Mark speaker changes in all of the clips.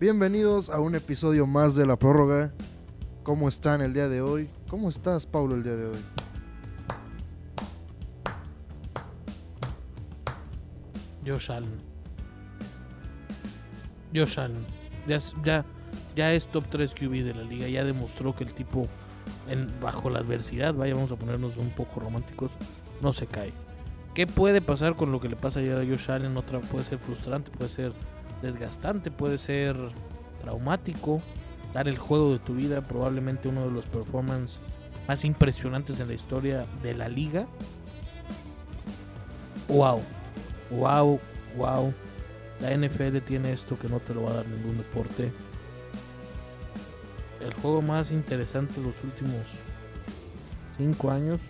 Speaker 1: Bienvenidos a un episodio más de La Prórroga. ¿Cómo están el día de hoy? ¿Cómo estás, Pablo, el día de hoy?
Speaker 2: Josh Allen. Josh Allen. Ya, es- ya, ya es top 3 QB de la liga. Ya demostró que el tipo, en, bajo la adversidad, vaya, vamos a ponernos un poco románticos, no se cae. ¿Qué puede pasar con lo que le pasa ayer a Josh Allen? Otra puede ser frustrante, puede ser desgastante, puede ser traumático. Dar el juego de tu vida, probablemente uno de los performances más impresionantes en la historia de la liga. ¡Wow! wow, wow. La NFL tiene esto que no te lo va a dar ningún deporte. El juego más interesante de los últimos 5 años.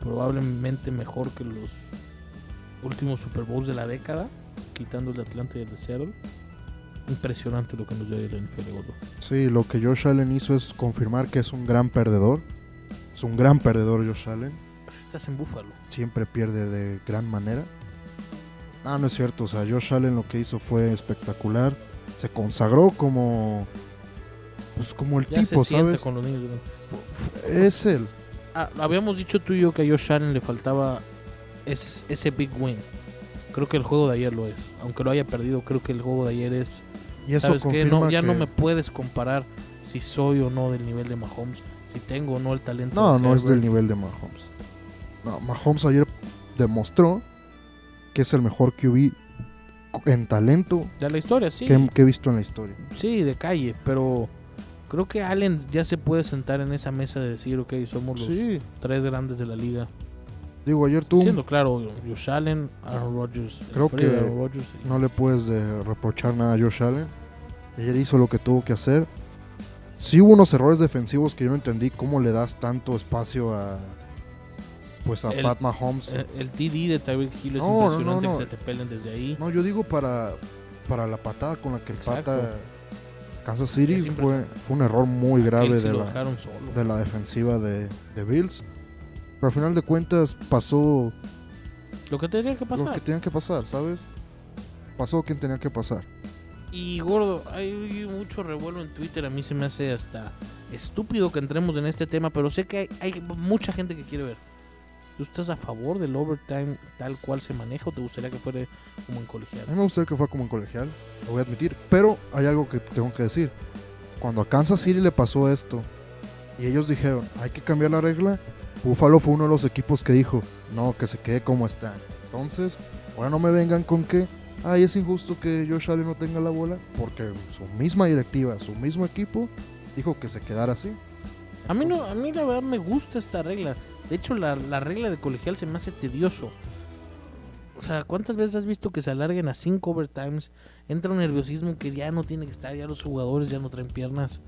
Speaker 2: Probablemente mejor que los últimos Super Bowls de la década. Quitando el de Atlanta y el de Seattle. Impresionante lo que nos dio la NFL, gordo.
Speaker 1: Sí, lo que Josh Allen hizo es confirmar que es un gran perdedor. Es un gran perdedor Josh Allen.
Speaker 2: Pues estás en Búfalo.
Speaker 1: Siempre pierde de gran manera. Ah, no es cierto. O sea, Josh Allen lo que hizo fue espectacular. Se consagró como... Pues como el
Speaker 2: Ya
Speaker 1: tipo,
Speaker 2: se sienta
Speaker 1: ¿sabes?
Speaker 2: con los niños. de- Fu- fu-
Speaker 1: Es él.
Speaker 2: Ah, habíamos dicho tú y yo que a Josh Allen le faltaba es, ese big win. Creo que el juego de ayer lo es. Aunque lo haya perdido, creo que el juego de ayer es.
Speaker 1: Y eso
Speaker 2: ¿Sabes qué?
Speaker 1: confirma
Speaker 2: No, ya
Speaker 1: que...
Speaker 2: no me puedes comparar si soy o no del nivel de Mahomes, si tengo o no el talento.
Speaker 1: No,
Speaker 2: de
Speaker 1: no es del
Speaker 2: Herbert.
Speaker 1: nivel de Mahomes. No, Mahomes ayer demostró que es el mejor QB en talento
Speaker 2: De la historia, sí.
Speaker 1: que, he- que he visto en la historia.
Speaker 2: Sí, de calle, pero creo que Allen ya se puede sentar en esa mesa de decir, ok, somos los
Speaker 1: Sí,
Speaker 2: tres grandes de la liga.
Speaker 1: digo, ayer tú
Speaker 2: Siendo claro, Josh Allen, Aaron Rodgers, el
Speaker 1: Creo
Speaker 2: frío de
Speaker 1: que
Speaker 2: Aaron Rodgers y-
Speaker 1: no le puedes eh, reprochar nada a Josh Allen. Ayer hizo lo que tuvo que hacer. Sí hubo unos errores defensivos que yo no entendí cómo le das tanto espacio a pues a
Speaker 2: El-
Speaker 1: Pat Mahomes.
Speaker 2: Eh, El TD de Tyreek Hill es
Speaker 1: No, no, no,
Speaker 2: impresionante
Speaker 1: no.
Speaker 2: que se te pelen desde ahí.
Speaker 1: no, yo digo para para la patada con la que empata
Speaker 2: Exacto.
Speaker 1: Kansas City
Speaker 2: Es
Speaker 1: fue, fue un error muy grave
Speaker 2: Él sí
Speaker 1: de
Speaker 2: lo
Speaker 1: la,
Speaker 2: dejaron solo.
Speaker 1: de la defensiva de, de Bills. Pero al final de cuentas pasó
Speaker 2: Lo que tenía que
Speaker 1: lo
Speaker 2: pasar.
Speaker 1: que tenían que pasar, ¿sabes? Pasó quien tenía que pasar.
Speaker 2: Y gordo, hay mucho revuelo en Twitter. A mí se me hace hasta estúpido que entremos en este tema, pero sé que hay, hay mucha gente que quiere ver. ¿Tú estás a favor del overtime tal cual se maneja o te gustaría que fuera como en
Speaker 1: A
Speaker 2: colegial?
Speaker 1: mí me gustaría que fuera como en colegial, lo voy a admitir. Pero hay algo que tengo que decir. Cuando a Kansas City le pasó esto y ellos dijeron, hay que cambiar la regla, Buffalo fue uno de los equipos que dijo, no, que se quede como está. Entonces, ahora no me vengan con que, ay, es injusto que Josh Allen no tenga la bola, porque su misma directiva, su mismo equipo, dijo que se quedara así.
Speaker 2: A mí, no, a mí la verdad me gusta esta regla. De hecho, la, la regla de colegial se me hace tedioso. O sea, ¿cuántas veces has visto que se alarguen a cinco overtimes? Entra un nerviosismo que ya no tiene que estar, ya los jugadores ya no traen piernas.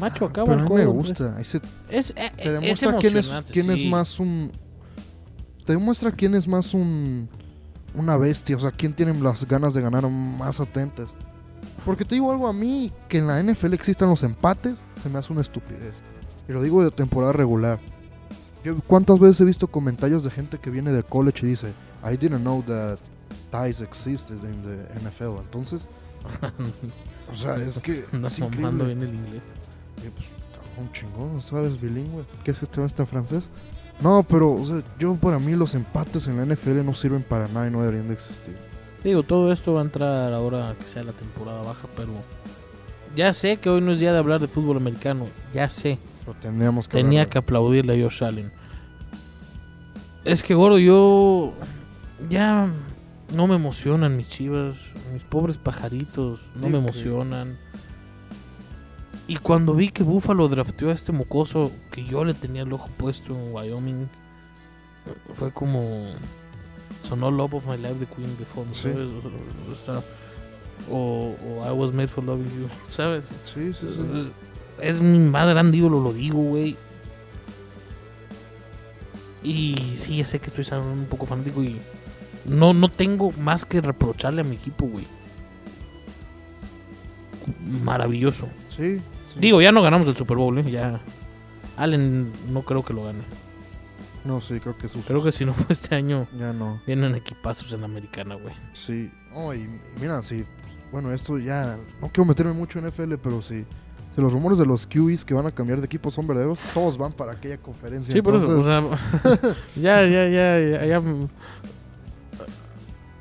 Speaker 2: Macho, acaba
Speaker 1: Pero
Speaker 2: el
Speaker 1: a mí me
Speaker 2: juego. hombre.
Speaker 1: gusta. Ahí se-
Speaker 2: Es, eh,
Speaker 1: te
Speaker 2: eh, es
Speaker 1: demuestra quién es,
Speaker 2: emocionante,
Speaker 1: quién es
Speaker 2: sí.
Speaker 1: más un. Te demuestra quién es más un. Una bestia. O sea, quién tiene las ganas de ganar más atentas. Porque te digo algo a mí: que en la NFL existan los empates, se me hace una estupidez. Y lo digo de temporada regular. Yo, ¿Cuántas veces he visto comentarios de gente que viene de college y dice: I didn't know that ties existed in the NFL? Entonces, o sea, es que.
Speaker 2: Anda
Speaker 1: es increíble.
Speaker 2: mamando bien el inglés.
Speaker 1: Y pues, un chingón, ¿no ¿sabes? Bilingüe. ¿Qué es este hasta francés? No, pero, o sea, yo para mí los empates en la NFL no sirven para nada y no deberían de existir.
Speaker 2: Digo, todo esto va a entrar ahora que sea la temporada baja, pero ya sé que hoy no es día de hablar de fútbol americano, ya sé.
Speaker 1: Pero tendríamos que.
Speaker 2: Tenía
Speaker 1: hablar
Speaker 2: que aplaudirle a Josh Allen. Es que, gordo, yo ya no me emocionan mis chivas, mis pobres pajaritos, no me
Speaker 1: Digo que-
Speaker 2: emocionan. Y cuando vi que Buffalo drafteó a este mocoso que yo le tenía el ojo puesto en Wyoming, fue como... Sonó Love of My Life de Queen before,
Speaker 1: Sí.
Speaker 2: ¿sabes? O, o sea, o- o I Was Made for Loving You, ¿sabes?
Speaker 1: de- Sí, sí, sí.
Speaker 2: Es mi más grande ídolo, lo digo, güey. Y sí, ya sé que estoy siendo un poco fanático y no, no tengo más que reprocharle a mi equipo, güey. Maravilloso.
Speaker 1: Sí, sí.
Speaker 2: Digo, ya no ganamos el Super Bowl, ¿eh? Ya. Allen no creo que lo gane.
Speaker 1: No, sí, creo que es.
Speaker 2: Creo que si no fue este año,
Speaker 1: Ya no.
Speaker 2: vienen equipazos en la americana, güey.
Speaker 1: Sí. No, y mira, si Bueno, esto ya. No quiero meterme mucho en NFL, pero si, si los rumores de los QBs que van a cambiar de equipo son verdaderos, todos van para aquella conferencia.
Speaker 2: Sí, por eso. O
Speaker 1: Entonces,
Speaker 2: sea, ya, ya, ya, ya, ya, mm.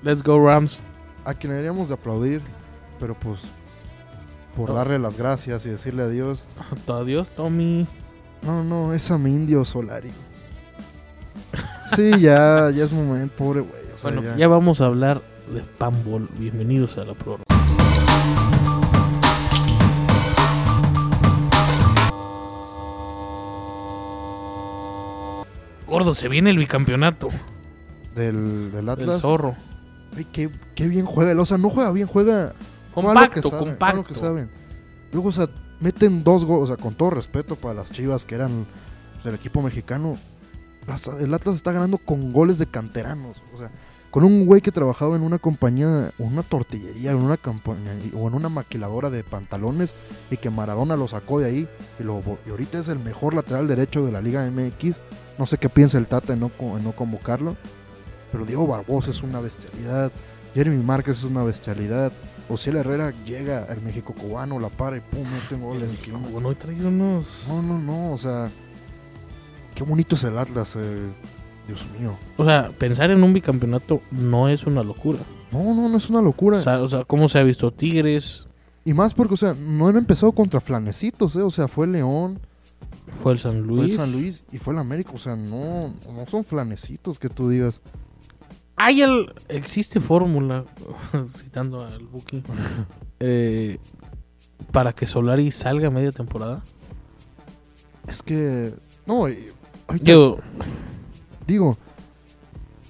Speaker 2: Let's go, Rams.
Speaker 1: A quien deberíamos de aplaudir, pero pues. Por
Speaker 2: No.
Speaker 1: darle las gracias y decirle adiós.
Speaker 2: Adiós, Tommy.
Speaker 1: No, no, es a mi indio Solari. Sí, ya, ya es momento, pobre güey. o sea,
Speaker 2: Bueno,
Speaker 1: ya-
Speaker 2: ya vamos a hablar de Spamball. Bienvenidos a la prórroga. Gordo, se viene el bicampeonato.
Speaker 1: Del, del
Speaker 2: El
Speaker 1: Atlas.
Speaker 2: zorro.
Speaker 1: Ay, qué, qué bien juega. el- O sea, no juega bien, juega. juega a lo que
Speaker 2: Compacto,
Speaker 1: saben, juega a lo que
Speaker 2: compacto.
Speaker 1: saben. Luego, o sea, meten dos goles. O sea, con todo respeto para las chivas que eran pues, el equipo mexicano. las- el Atlas está ganando con goles de canteranos. O sea, con un güey que trabajaba en una compañía, o en una tortillería, en una campaña, o en una maquiladora de pantalones. Y que Maradona lo sacó de ahí. Y, lo, bo- y ahorita es el mejor lateral derecho de la Liga MX. No sé qué piensa el Tata en no, co- en no convocarlo. Pero Diego Barbosa es una bestialidad. Jeremy Márquez es una bestialidad. Ociel Herrera llega al México cubano, la para y pum, mete un gol. Es que No,
Speaker 2: Bueno, hoy traes unos.
Speaker 1: no, no, no, o sea. Qué bonito es el Atlas, eh, Dios mío.
Speaker 2: O sea, pensar en un bicampeonato no es una locura.
Speaker 1: No, no, no es una locura.
Speaker 2: O sea, o sea, ¿cómo se ha visto Tigres?
Speaker 1: y más porque, o sea, no han empezado contra flanecitos, eh. O sea, fue León,
Speaker 2: Fue el San Luis.
Speaker 1: fue San Luis y fue el América. O sea, no, no son flanecitos que tú digas.
Speaker 2: Hay el, existe fórmula, citando al Buki, eh, para que Solari salga media temporada.
Speaker 1: Es que. No, y- ahorita
Speaker 2: Yo,
Speaker 1: digo.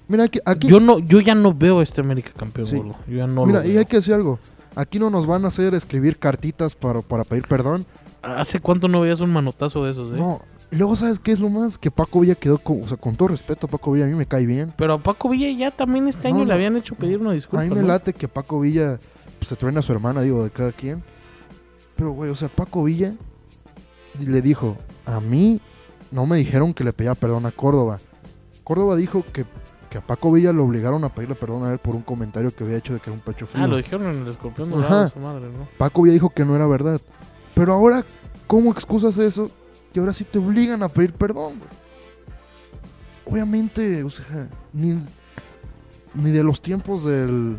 Speaker 1: Mira, aquí. aquí
Speaker 2: yo no, yo ya no veo a este América campeón.
Speaker 1: Sí.
Speaker 2: gordo. Yo ya no
Speaker 1: mira,
Speaker 2: lo
Speaker 1: y
Speaker 2: veo.
Speaker 1: hay que decir algo. Aquí no nos van a hacer escribir cartitas para, para pedir perdón.
Speaker 2: ¿Hace cuánto no veías un manotazo de esos? eh?
Speaker 1: No, y luego sabes qué es lo más que Paco Villa quedó con, o sea, con todo respeto, Paco Villa a mí me cae bien.
Speaker 2: Pero a Paco Villa ya también este
Speaker 1: No,
Speaker 2: año
Speaker 1: no.
Speaker 2: le habían hecho pedir una
Speaker 1: A
Speaker 2: disculpa.
Speaker 1: mí me
Speaker 2: ¿no?
Speaker 1: late que Paco Villa pues, se truena a su hermana, digo, de cada quien. Pero güey, o sea, Paco Villa le dijo, "A mí no me dijeron que le pedía perdón a Córdoba." Córdoba dijo que, que a Paco Villa lo obligaron a pedirle perdón a él por un comentario que había hecho de que era un pecho frío.
Speaker 2: Ah, lo dijeron en el escorpión
Speaker 1: Ajá.
Speaker 2: dorado, su madre, ¿no?
Speaker 1: Paco Villa dijo que no era verdad. Pero ahora, ¿cómo excusas eso? Que ahora sí te obligan a pedir perdón, güey. Obviamente, o sea, ni, ni de los tiempos del.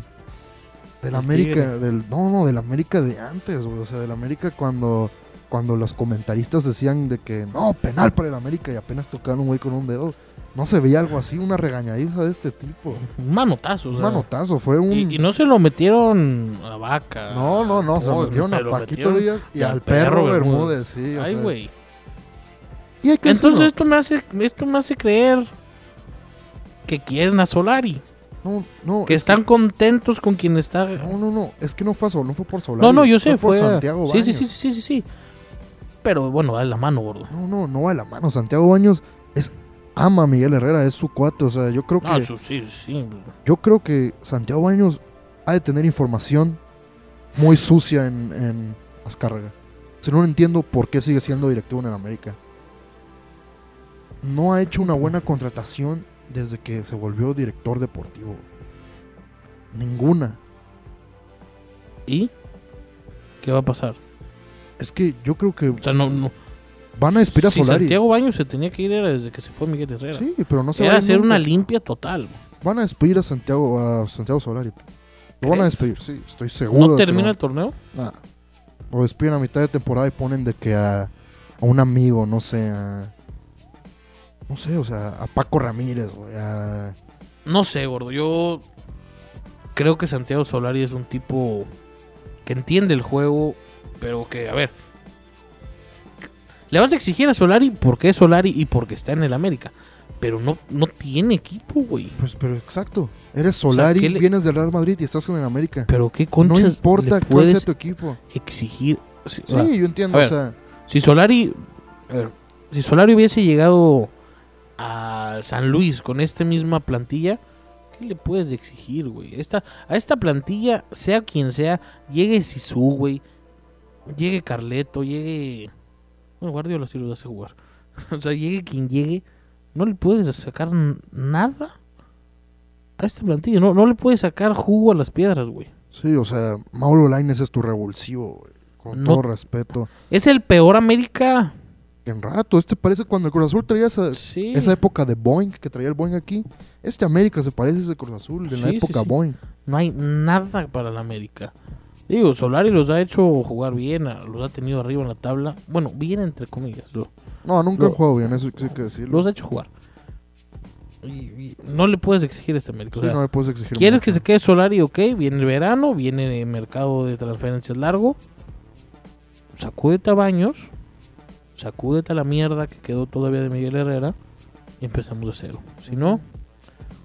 Speaker 1: Del
Speaker 2: Del
Speaker 1: América,
Speaker 2: Tigre.
Speaker 1: del. No, no, del América de antes, güey. O sea, del América cuando. Cuando los comentaristas decían de que no, penal para el América y apenas tocaron un güey con un dedo. No se veía algo así, una regañadiza de este tipo.
Speaker 2: Un manotazo. Pues, o
Speaker 1: Un
Speaker 2: sea.
Speaker 1: manotazo, fue un.
Speaker 2: Y, y no se lo metieron a vaca.
Speaker 1: No, no, no, se
Speaker 2: Todo,
Speaker 1: lo metieron a
Speaker 2: pero
Speaker 1: Paquito
Speaker 2: metieron-
Speaker 1: Díaz y,
Speaker 2: y
Speaker 1: al perro, Bermúdez,
Speaker 2: Bermúdez.
Speaker 1: sí. o
Speaker 2: Ay,
Speaker 1: sea,
Speaker 2: güey.
Speaker 1: Y hay que
Speaker 2: Entonces
Speaker 1: decirlo,
Speaker 2: esto me hace esto me hace creer que quieren a Solari,
Speaker 1: no, no,
Speaker 2: que
Speaker 1: Oh, es Oh,
Speaker 2: están contentos con quien está.
Speaker 1: que- no, no, no, es que no fue solo, no fue por Solari.
Speaker 2: No, no, yo sé,
Speaker 1: por
Speaker 2: fue
Speaker 1: Santiago
Speaker 2: sí, sí, sí,
Speaker 1: Baños.
Speaker 2: sí, sí, sí. Pero bueno, dale la mano, gordo.
Speaker 1: No, no, no va de la mano. Santiago Baños es ama a Miguel Herrera, es su cuate, o sea, yo creo que
Speaker 2: No, eso sí, sí.
Speaker 1: yo creo que Santiago Baños ha de tener información muy sucia en, en Azcárraga. Si no, no entiendo por qué sigue siendo directivo en el América. No ha hecho una buena contratación desde que se volvió director deportivo. Ninguna.
Speaker 2: ¿Y qué va a pasar?
Speaker 1: Es que yo creo que
Speaker 2: O sea, no no
Speaker 1: van a despedir a
Speaker 2: si
Speaker 1: Solari.
Speaker 2: Santiago Baños se tenía que ir era desde que se fue Miguel Herrera.
Speaker 1: Sí, pero no se va
Speaker 2: era
Speaker 1: a ir
Speaker 2: hacer
Speaker 1: nunca.
Speaker 2: una limpia total.
Speaker 1: Van a despedir a Santiago a Santiago Solari. Lo van a
Speaker 2: ¿Crees?
Speaker 1: despedir, sí, estoy seguro. de
Speaker 2: ¿No
Speaker 1: que
Speaker 2: termina
Speaker 1: lo-
Speaker 2: el torneo?
Speaker 1: Nah. Lo despiden a mitad de temporada y ponen de que a, a un amigo, no sé, a, No sé, o sea, a Paco Ramírez, güey, a-
Speaker 2: No sé, gordo. Yo creo que Santiago Solari es un tipo que entiende el juego, pero que, a ver. Le vas a exigir a Solari porque es Solari y porque está en el América. Pero no, no tiene equipo, güey.
Speaker 1: Pues, pero exacto. Eres Solari,
Speaker 2: ¿qué le-
Speaker 1: vienes del Real Madrid y estás en el América.
Speaker 2: Pero qué
Speaker 1: No
Speaker 2: conchas
Speaker 1: importa cuál
Speaker 2: le
Speaker 1: sea
Speaker 2: puedes
Speaker 1: tu equipo.
Speaker 2: exigir. Sí, o sea,
Speaker 1: Sí, yo entiendo, o
Speaker 2: a ver.
Speaker 1: sea.
Speaker 2: Si Solari. a ver, si Solari hubiese llegado a San Luis con esta misma plantilla, ¿qué le puedes exigir, güey? Esta, a esta plantilla, sea quien sea, llegue Sisu, güey. Llegue Carleto, llegue. Bueno, Guardiola sí lo hace jugar. o sea, llegue quien llegue. No le puedes sacar n- nada a esta plantilla. No, no le puedes sacar jugo a las piedras, güey.
Speaker 1: Sí, o sea, Mauro Laines es tu revulsivo, güey, con
Speaker 2: No.
Speaker 1: todo respeto.
Speaker 2: Es el peor América.
Speaker 1: En rato, este parece cuando el Cruz Azul traía esa,
Speaker 2: Sí.
Speaker 1: esa época de Boeing, que traía el Boeing aquí. Este América se parece a ese Cruz Azul de la
Speaker 2: Sí, sí,
Speaker 1: época
Speaker 2: sí.
Speaker 1: Boeing.
Speaker 2: No hay nada para la América. Digo, Solari los ha hecho jugar bien, a- los ha tenido arriba en la tabla. Bueno, bien entre comillas, lo-
Speaker 1: No, nunca
Speaker 2: Lo-
Speaker 1: han jugado bien, eso sí hay que decirlo.
Speaker 2: los ha hecho jugar. Y, y no le puedes exigir a este América. o
Speaker 1: Sí,
Speaker 2: sea,
Speaker 1: no le puedes exigir
Speaker 2: ¿Quieres
Speaker 1: mucho.
Speaker 2: que se quede Solari? Ok, viene el verano, viene el mercado de transferencias largo. Sacúdete a Baños, sacúdete a la mierda que quedó todavía de Miguel Herrera y empezamos de cero. Si no,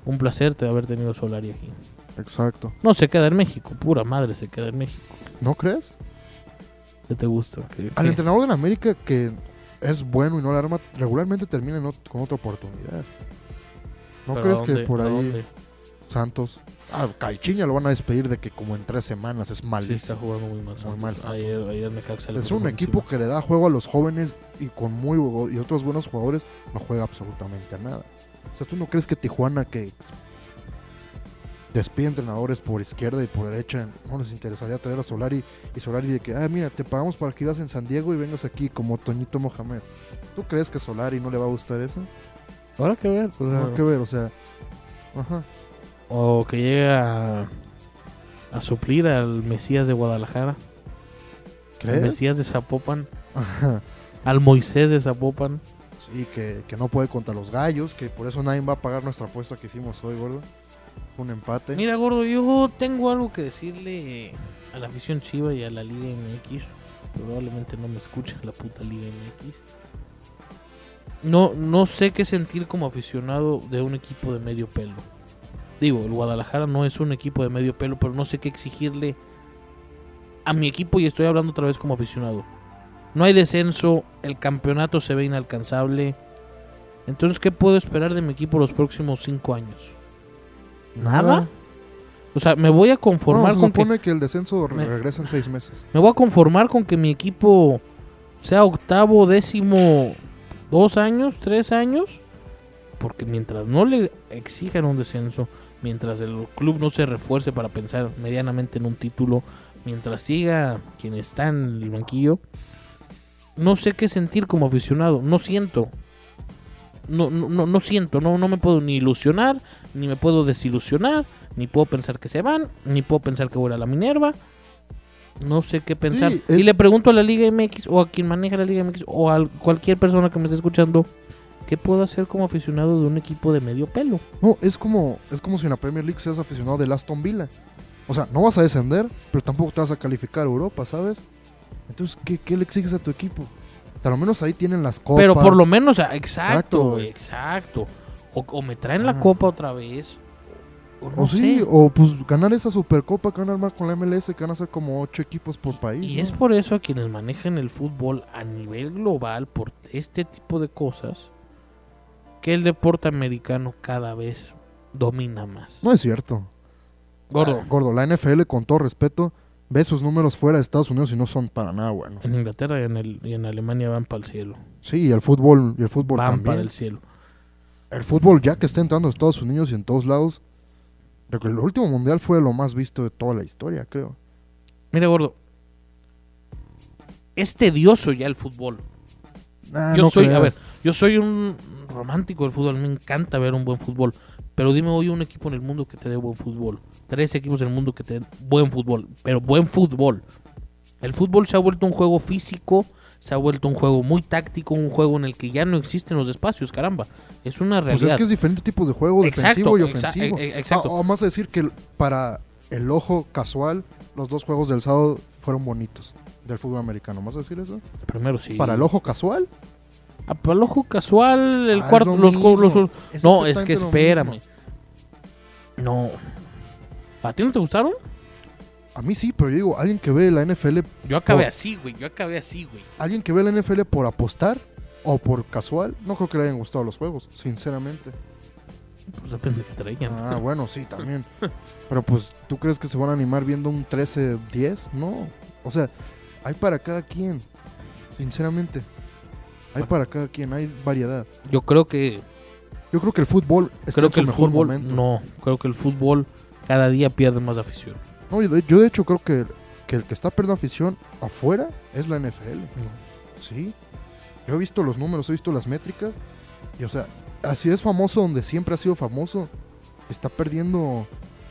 Speaker 2: un placer te haber tenido Solari aquí.
Speaker 1: Exacto.
Speaker 2: No, se queda en México, pura madre, se queda en México.
Speaker 1: ¿No crees?
Speaker 2: ¿Qué te gusta? ¿Qué-
Speaker 1: Al
Speaker 2: qué?
Speaker 1: entrenador de la América que es bueno y no la arma, regularmente termina en ot- con otra oportunidad. ¿No
Speaker 2: ¿Pero
Speaker 1: crees
Speaker 2: a
Speaker 1: que
Speaker 2: dónde?
Speaker 1: por
Speaker 2: ¿A
Speaker 1: ahí
Speaker 2: dónde?
Speaker 1: Santos... Ah, Caichiña lo van a despedir de que como en tres semanas es
Speaker 2: Sí,
Speaker 1: malísimo.
Speaker 2: está jugando muy mal. Santos.
Speaker 1: mal Santos.
Speaker 2: Ayer, ayer Necaxa le
Speaker 1: Es
Speaker 2: puso
Speaker 1: un
Speaker 2: por
Speaker 1: equipo
Speaker 2: encima.
Speaker 1: que le da juego a los jóvenes y con muy bu- y otros buenos jugadores no juega absolutamente a nada. O sea, ¿tú no crees que Tijuana que despide entrenadores por izquierda y por derecha no les interesaría traer a Solari y Solari de que, ah, mira, te pagamos para que ibas en San Diego y vengas aquí como Toñito Mohamed? ¿Tú crees que a Solari no le va a gustar eso?
Speaker 2: Habrá que ver. pues,
Speaker 1: Nada
Speaker 2: ah,
Speaker 1: que ver, o sea, ajá.
Speaker 2: O que llega a, a suplir al Mesías de Guadalajara, al
Speaker 1: ¿Crees?
Speaker 2: Mesías de Zapopan,
Speaker 1: Ajá.
Speaker 2: al Moisés de Zapopan.
Speaker 1: Sí, que, que no puede contra los gallos, que por eso nadie va a pagar nuestra apuesta que hicimos hoy, gordo. Un empate.
Speaker 2: Mira, gordo, yo tengo algo que decirle a la afición chiva y a la Liga MX. Probablemente no me escucha la puta Liga MX. No, no sé qué sentir como aficionado de un equipo de medio pelo. Digo, el Guadalajara no es un equipo de medio pelo, pero no sé qué exigirle a mi equipo y estoy hablando otra vez como aficionado. No hay descenso, el campeonato se ve inalcanzable. Entonces, ¿qué puedo esperar de mi equipo los próximos cinco años? ¿Nada? O sea, me voy a conformar
Speaker 1: no, se
Speaker 2: con que
Speaker 1: supone que... el descenso re-
Speaker 2: Me-
Speaker 1: regresa en seis meses.
Speaker 2: me voy a conformar con que mi equipo sea octavo, décimo, dos años, tres años, porque mientras no le exijan un descenso, mientras el club no se refuerce para pensar medianamente en un título, mientras siga quien está en el banquillo, no sé qué sentir como aficionado, no siento. No, no, no, no siento, no, no me puedo ni ilusionar, ni me puedo desilusionar, ni puedo pensar que se van, ni puedo pensar que vuela la Minerva. No sé qué pensar.
Speaker 1: Sí, es-
Speaker 2: Y le pregunto a la Liga MX o a quien maneja la Liga MX o a cualquier persona que me esté escuchando, ¿qué puedo hacer como aficionado de un equipo de medio pelo?
Speaker 1: No, es como, es como si en la Premier League seas aficionado del Aston Villa. O sea, no vas a descender, pero tampoco te vas a calificar a Europa, ¿sabes? Entonces, ¿qué, qué le exiges a tu equipo? Al menos ahí tienen las copas.
Speaker 2: Pero por lo menos, ah,
Speaker 1: Exacto,
Speaker 2: exacto,
Speaker 1: güey.
Speaker 2: exacto. O, o me traen la
Speaker 1: Ah.
Speaker 2: copa otra vez. O no
Speaker 1: O sí,
Speaker 2: sé.
Speaker 1: o pues ganar esa supercopa que van a armar con la MLS, que van a ser como ocho equipos por país.
Speaker 2: Y
Speaker 1: ¿no?
Speaker 2: es por eso a quienes manejan el fútbol a nivel global por este tipo de cosas que el deporte americano cada vez domina más.
Speaker 1: No es cierto.
Speaker 2: Gordo,
Speaker 1: Gordo, la NFL, con todo respeto, ve sus números fuera de Estados Unidos y no son para nada buenos.
Speaker 2: en Inglaterra y en, el- y en Alemania van para el cielo.
Speaker 1: Sí, y el fútbol, y el fútbol
Speaker 2: Van
Speaker 1: también.
Speaker 2: para el cielo.
Speaker 1: El fútbol ya que está entrando a Estados Unidos y en todos lados. creo que El último mundial fue lo más visto de toda la historia, creo.
Speaker 2: Mira, gordo. Es tedioso ya el fútbol.
Speaker 1: Ah,
Speaker 2: yo
Speaker 1: no
Speaker 2: soy, a
Speaker 1: creas.
Speaker 2: ver, yo soy un romántico del fútbol, me encanta ver un buen fútbol. Pero dime hoy un equipo en el mundo que te dé buen fútbol. Tres equipos en el mundo que te den buen fútbol, pero buen fútbol. El fútbol se ha vuelto un juego físico, se ha vuelto un juego muy táctico, un juego en el que ya no existen los espacios, caramba. Es una
Speaker 1: Pues
Speaker 2: realidad.
Speaker 1: es que es diferente tipo de juego, defensivo
Speaker 2: Exacto,
Speaker 1: y
Speaker 2: exa-
Speaker 1: ofensivo.
Speaker 2: e- e- exacto.
Speaker 1: Ah, vamos a decir que el- para el ojo casual, los dos juegos del sábado fueron bonitos del fútbol americano. ¿Vas a decir eso?
Speaker 2: Primero sí.
Speaker 1: oh, Para el ojo casual.
Speaker 2: Ah, Para el ojo casual, el
Speaker 1: Ah, es
Speaker 2: cuarto,
Speaker 1: lo
Speaker 2: los, co- los-
Speaker 1: mismo.
Speaker 2: No,
Speaker 1: exactamente
Speaker 2: es que
Speaker 1: lo mismo.
Speaker 2: espérame. No. ¿A ti no te gustaron?
Speaker 1: A mí sí, pero yo digo, alguien que ve la NFL,
Speaker 2: Yo acabé
Speaker 1: No.
Speaker 2: así, güey. Yo acabé así, güey.
Speaker 1: alguien que ve la NFL por apostar o por casual, no creo que le hayan gustado los juegos, sinceramente.
Speaker 2: Pues depende de qué traigan.
Speaker 1: Ah, bueno, sí, también. Pero pues, ¿tú crees que se van a animar viendo un 13-10? No. O sea, hay para cada quien. Sinceramente. Hay para cada quien, hay variedad.
Speaker 2: Yo creo que
Speaker 1: Yo creo que el fútbol está
Speaker 2: creo
Speaker 1: en Este su
Speaker 2: que el
Speaker 1: mejor
Speaker 2: fútbol
Speaker 1: momento.
Speaker 2: no, creo que el fútbol cada día pierde más afición.
Speaker 1: No, yo, de- yo de hecho creo que, que el que está perdiendo afición afuera es la NFL. Sí. Yo he visto los números, he visto las métricas. Y o sea, así es famoso donde siempre ha sido famoso. Está perdiendo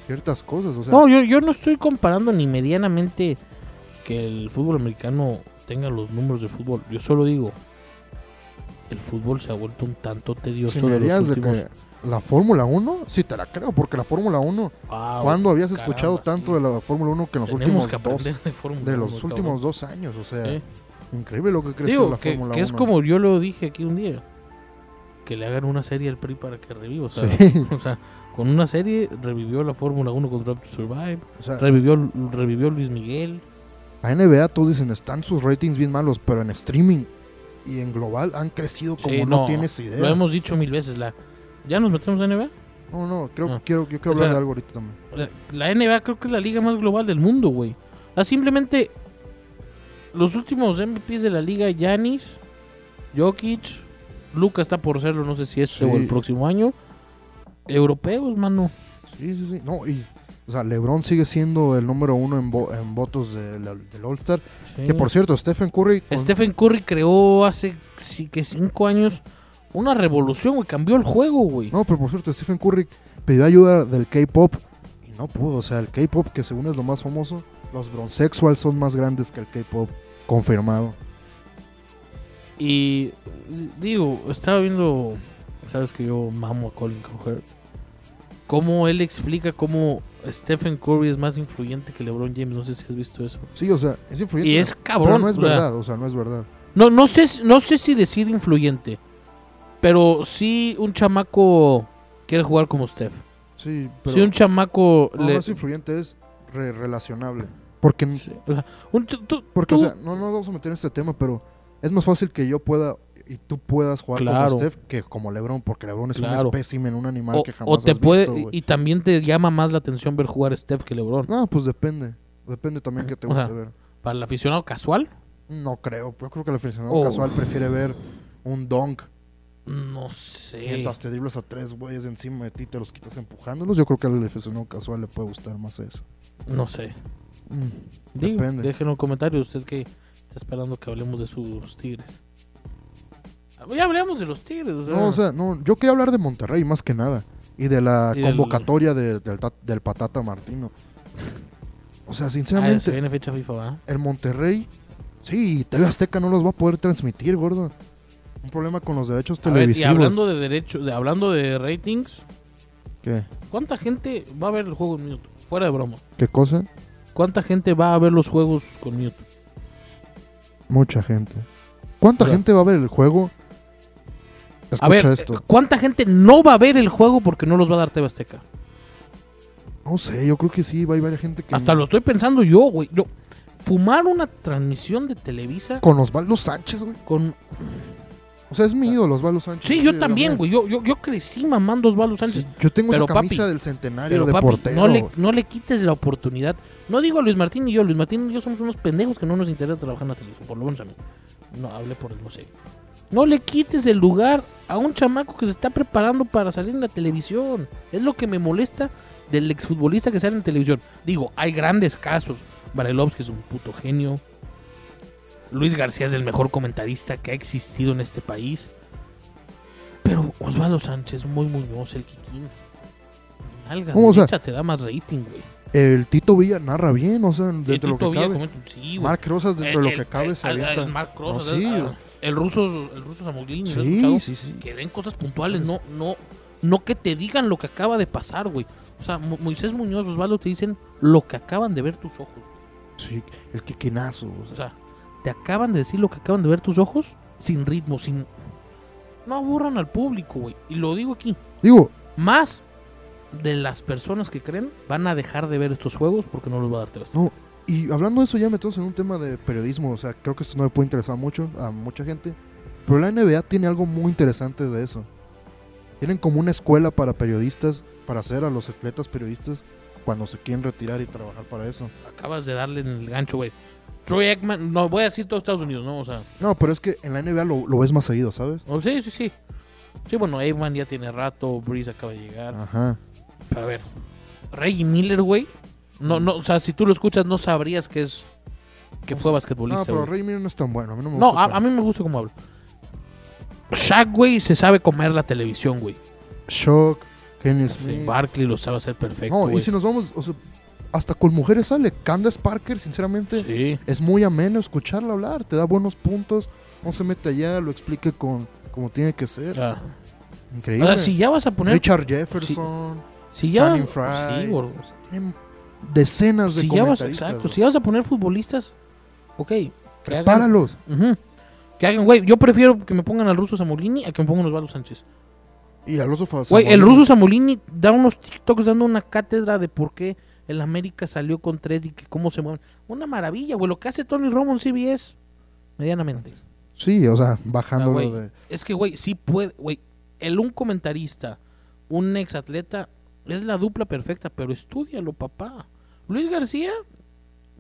Speaker 1: ciertas cosas. O sea,
Speaker 2: No, yo, yo no estoy comparando ni medianamente que el fútbol americano tenga los números de fútbol. Yo solo digo, el fútbol se ha vuelto un tanto tedioso
Speaker 1: si me
Speaker 2: de los
Speaker 1: dirías de
Speaker 2: últimos...
Speaker 1: que la Fórmula 1, sí te la creo, porque la Fórmula 1,
Speaker 2: Wow,
Speaker 1: ¿cuándo habías escuchado
Speaker 2: Ah, caramba,
Speaker 1: tanto
Speaker 2: sí.
Speaker 1: de la Fórmula 1 que en los
Speaker 2: Tenemos
Speaker 1: últimos
Speaker 2: que
Speaker 1: dos?
Speaker 2: aprender de Fórmula
Speaker 1: De los
Speaker 2: uno,
Speaker 1: últimos
Speaker 2: cabrón.
Speaker 1: dos años, o sea,
Speaker 2: Sí.
Speaker 1: increíble lo que creció
Speaker 2: Digo,
Speaker 1: la
Speaker 2: que,
Speaker 1: Fórmula 1.
Speaker 2: que es como yo lo dije aquí un día, que le hagan una serie al PRI para que reviva. O sea,
Speaker 1: Sí.
Speaker 2: o sea, con una serie revivió la Fórmula 1 con Drive to Survive,
Speaker 1: O sea,
Speaker 2: revivió, revivió Luis Miguel.
Speaker 1: la NBA todos dicen, están sus ratings bien malos, pero en streaming y en global han crecido como
Speaker 2: Sí,
Speaker 1: no, tienes idea.
Speaker 2: Lo hemos dicho mil veces. La, ¿Ya nos metemos a NBA?
Speaker 1: No, no, creo,
Speaker 2: Ah.
Speaker 1: Quiero, yo quiero hablar
Speaker 2: Espera.
Speaker 1: de algo ahorita también.
Speaker 2: La, la NBA creo que es la liga más global del mundo, güey. O sea, simplemente los últimos MVPs de la liga, Yanis, Jokic, Luca está por serlo, no sé si
Speaker 1: Sí.
Speaker 2: este o el próximo año. Europeos, mano.
Speaker 1: Sí, sí, sí. No, y, o sea, LeBron sigue siendo el número uno en, vo- en votos de la- del All-Star.
Speaker 2: Sí.
Speaker 1: Que por cierto, Stephen Curry. con-
Speaker 2: Stephen Curry creó hace sí que cinco años una revolución, güey. Cambió el juego, güey.
Speaker 1: No, pero por cierto, Stephen Curry pidió ayuda del K-pop y no pudo. O sea, el K-pop, que según es lo más famoso, los bronsexuals son más grandes que el K-pop. Confirmado.
Speaker 2: Y digo, estaba viendo, sabes que yo mamo a Colin Cowherd, cómo él explica cómo Stephen Curry es más influyente que LeBron James, no sé si has visto eso.
Speaker 1: Sí, o sea, es influyente.
Speaker 2: Y es
Speaker 1: pero
Speaker 2: cabrón.
Speaker 1: no es
Speaker 2: o sea,
Speaker 1: verdad, o sea, no es verdad.
Speaker 2: no, no sé, si- no sé si decir influyente, pero sí un chamaco quiere jugar como Steph.
Speaker 1: Sí, pero
Speaker 2: si un chamaco
Speaker 1: no,
Speaker 2: le-
Speaker 1: no es influyente, es re- relacionable. Porque
Speaker 2: sí, o sea, un- tú- tú-
Speaker 1: Porque, o
Speaker 2: tú-
Speaker 1: sea, no nos vamos a meter en este tema, pero es más fácil que yo pueda y tú puedas jugar
Speaker 2: Claro.
Speaker 1: como Steph que como LeBron, porque LeBron es
Speaker 2: Claro.
Speaker 1: un espécimen, un animal
Speaker 2: o,
Speaker 1: que jamás
Speaker 2: o te
Speaker 1: has
Speaker 2: puede
Speaker 1: visto,
Speaker 2: y,
Speaker 1: güey.
Speaker 2: y también te llama más la atención ver jugar a Steph que LeBron.
Speaker 1: No, pues depende. Depende también que te
Speaker 2: O sea,
Speaker 1: guste ver.
Speaker 2: Para el aficionado casual,
Speaker 1: No creo. Yo creo que el aficionado
Speaker 2: Oh.
Speaker 1: casual prefiere ver un dunk
Speaker 2: no sé.
Speaker 1: mientras te driblas a tres güeyes encima de ti y te los quitas empujándolos. Yo creo que al aficionado casual le puede gustar más eso.
Speaker 2: No sé.
Speaker 1: Mm.
Speaker 2: Digo,
Speaker 1: Depende.
Speaker 2: déjenlo en un comentario usted que está esperando que hablemos de sus tigres. Ah, Ya hablamos de los tigres, o sea,
Speaker 1: No, o sea, no, yo quería hablar de Monterrey más que nada. Y de la
Speaker 2: Y del-
Speaker 1: convocatoria de- del, ta- del Patata Martino. O sea,
Speaker 2: ah,
Speaker 1: sinceramente,
Speaker 2: se viene fecha FIFA, ¿va?
Speaker 1: el Monterrey, sí, TV Azteca no los va a poder transmitir, gordo. Un problema con los derechos
Speaker 2: A ver, y
Speaker 1: televisivos.
Speaker 2: hablando de derecho, de, hablando de ratings,
Speaker 1: ¿Qué?
Speaker 2: ¿cuánta gente va a ver el juego en minuto? Fuera de broma.
Speaker 1: ¿Qué cosa?
Speaker 2: ¿Cuánta gente va a ver los juegos con minuto?
Speaker 1: Mucha gente. ¿Cuánta
Speaker 2: Mira.
Speaker 1: gente va a ver el juego? Escucha
Speaker 2: A ver, eh,
Speaker 1: esto.
Speaker 2: ¿cuánta gente no va a ver el juego porque no los va a dar TV Azteca?
Speaker 1: No sé, yo creo que sí, va a haber gente que...
Speaker 2: Hasta lo estoy pensando yo, güey. Yo, fumar una transmisión de Televisa
Speaker 1: Con Osvaldo Sánchez, güey.
Speaker 2: con
Speaker 1: O sea, es mi ídolo Osvaldo Sánchez.
Speaker 2: Ah. Sí,
Speaker 1: la
Speaker 2: yo también,
Speaker 1: verdad.
Speaker 2: güey. Yo, yo, yo crecí mamando a Osvaldo Sánchez.
Speaker 1: Sí, yo tengo
Speaker 2: Pero,
Speaker 1: esa camisa
Speaker 2: papi,
Speaker 1: del centenario
Speaker 2: Pero
Speaker 1: de
Speaker 2: papi,
Speaker 1: portero.
Speaker 2: no le,
Speaker 1: güey.
Speaker 2: no le quites la oportunidad. No digo a Luis Martín y yo, Luis Martín y yo somos unos pendejos que no nos interesa trabajar en la televisión, por lo menos a mí. No, hablé por el no sé. No le quites el lugar a un chamaco que se está preparando para salir en la televisión. Es lo que me molesta del exfutbolista que sale en televisión. Digo, hay grandes casos. Varelovsky es un puto genio. Luis García es el mejor comentarista que ha existido en este país. Pero Osvaldo Sánchez, muy Muñoz, el Kikín. Alga,
Speaker 1: ¿Cómo, o sea?
Speaker 2: te da más rating, güey.
Speaker 1: El Tito Villa narra bien, o sea, dentro
Speaker 2: Eh,
Speaker 1: de lo que
Speaker 2: Tito Villa
Speaker 1: cabe.
Speaker 2: comenta- sí, güey.
Speaker 1: Marc Rosas, dentro
Speaker 2: El-
Speaker 1: de
Speaker 2: el-
Speaker 1: lo que cabe,
Speaker 2: el-
Speaker 1: se
Speaker 2: al- al-
Speaker 1: avienta.
Speaker 2: Marc
Speaker 1: No,
Speaker 2: Rosas,
Speaker 1: sí,
Speaker 2: al- el ruso, el ruso Samuglini, ¿lo has escuchado?
Speaker 1: sí, sí, sí.
Speaker 2: que den cosas puntuales, no, no, no que te digan lo que acaba de pasar, güey. O sea, Mo- Moisés Muñoz, Osvaldo te dicen lo que acaban de ver tus ojos. güey.
Speaker 1: Sí, el quiquinazo. o
Speaker 2: O
Speaker 1: sea,
Speaker 2: sea, te acaban de decir lo que acaban de ver tus ojos sin ritmo, sin. No aburran al público, güey. Y lo digo aquí.
Speaker 1: Digo,
Speaker 2: Más de las personas que creen van a dejar de ver estos juegos porque no los va a dar TV Azteca.
Speaker 1: No, y hablando de eso ya metemos en un tema de periodismo, o sea, creo que esto no le puede interesar mucho a mucha gente, pero la NBA tiene algo muy interesante de eso. Tienen como una escuela para periodistas, para hacer a los atletas periodistas cuando se quieren retirar y trabajar para eso.
Speaker 2: Acabas de darle en el gancho, güey. Troy Eggman, no voy a decir todo Estados Unidos, ¿no? O sea,
Speaker 1: No, pero es que en la NBA lo, lo ves más seguido, ¿sabes?
Speaker 2: oh, sí, sí, sí. Sí, bueno, Eggman ya tiene rato, Breeze acaba de llegar.
Speaker 1: Ajá.
Speaker 2: Pero a ver, Reggie Miller, güey, No, no, o sea, si tú lo escuchas, no sabrías que es que fue
Speaker 1: Mm.
Speaker 2: basquetbolista.
Speaker 1: No, pero
Speaker 2: güey.
Speaker 1: Rey Miller no es tan bueno. A mí no me
Speaker 2: No,
Speaker 1: gusta
Speaker 2: a,
Speaker 1: tanto.
Speaker 2: a mí me gusta cómo hablo. Shaq, güey, se sabe comer la televisión, güey.
Speaker 1: Shock, Kenny
Speaker 2: Sí,
Speaker 1: Smith.
Speaker 2: Barkley lo sabe hacer perfecto.
Speaker 1: no,
Speaker 2: güey.
Speaker 1: y si nos vamos, o sea, hasta con mujeres sale. Candace Parker, sinceramente,
Speaker 2: Sí.
Speaker 1: es muy ameno escucharla hablar. Te da buenos puntos. No se mete allá, lo explique con como tiene que ser.
Speaker 2: Ah. O
Speaker 1: Increíble.
Speaker 2: sea, si ya vas a poner. pues
Speaker 1: Richard Jefferson,
Speaker 2: si ya, pues
Speaker 1: Channing Frye.
Speaker 2: sí, gordo.
Speaker 1: o sea, tienen decenas de
Speaker 2: si ya vas,
Speaker 1: comentaristas.
Speaker 2: exacto,
Speaker 1: güey.
Speaker 2: si ya vas a poner futbolistas, ok. Que hagan,
Speaker 1: Páralos.
Speaker 2: Ujú. que hagan, güey. Yo prefiero que me pongan al ruso Zamolini a que me pongan a Osvaldo Sánchez.
Speaker 1: Y al oso falso.
Speaker 2: Güey, el ruso Zamolini da unos TikToks dando una cátedra de por qué el América salió con tres y que cómo se mueven. Una maravilla, güey. Lo que hace Tony Romo en CBS, medianamente.
Speaker 1: Sí, o sea,
Speaker 2: O sea,
Speaker 1: bajándolo
Speaker 2: Ah, güey,
Speaker 1: de.
Speaker 2: Es que, güey, sí puede, güey. El un comentarista, un ex atleta, es la dupla perfecta, pero estudialo, papá. Luis García,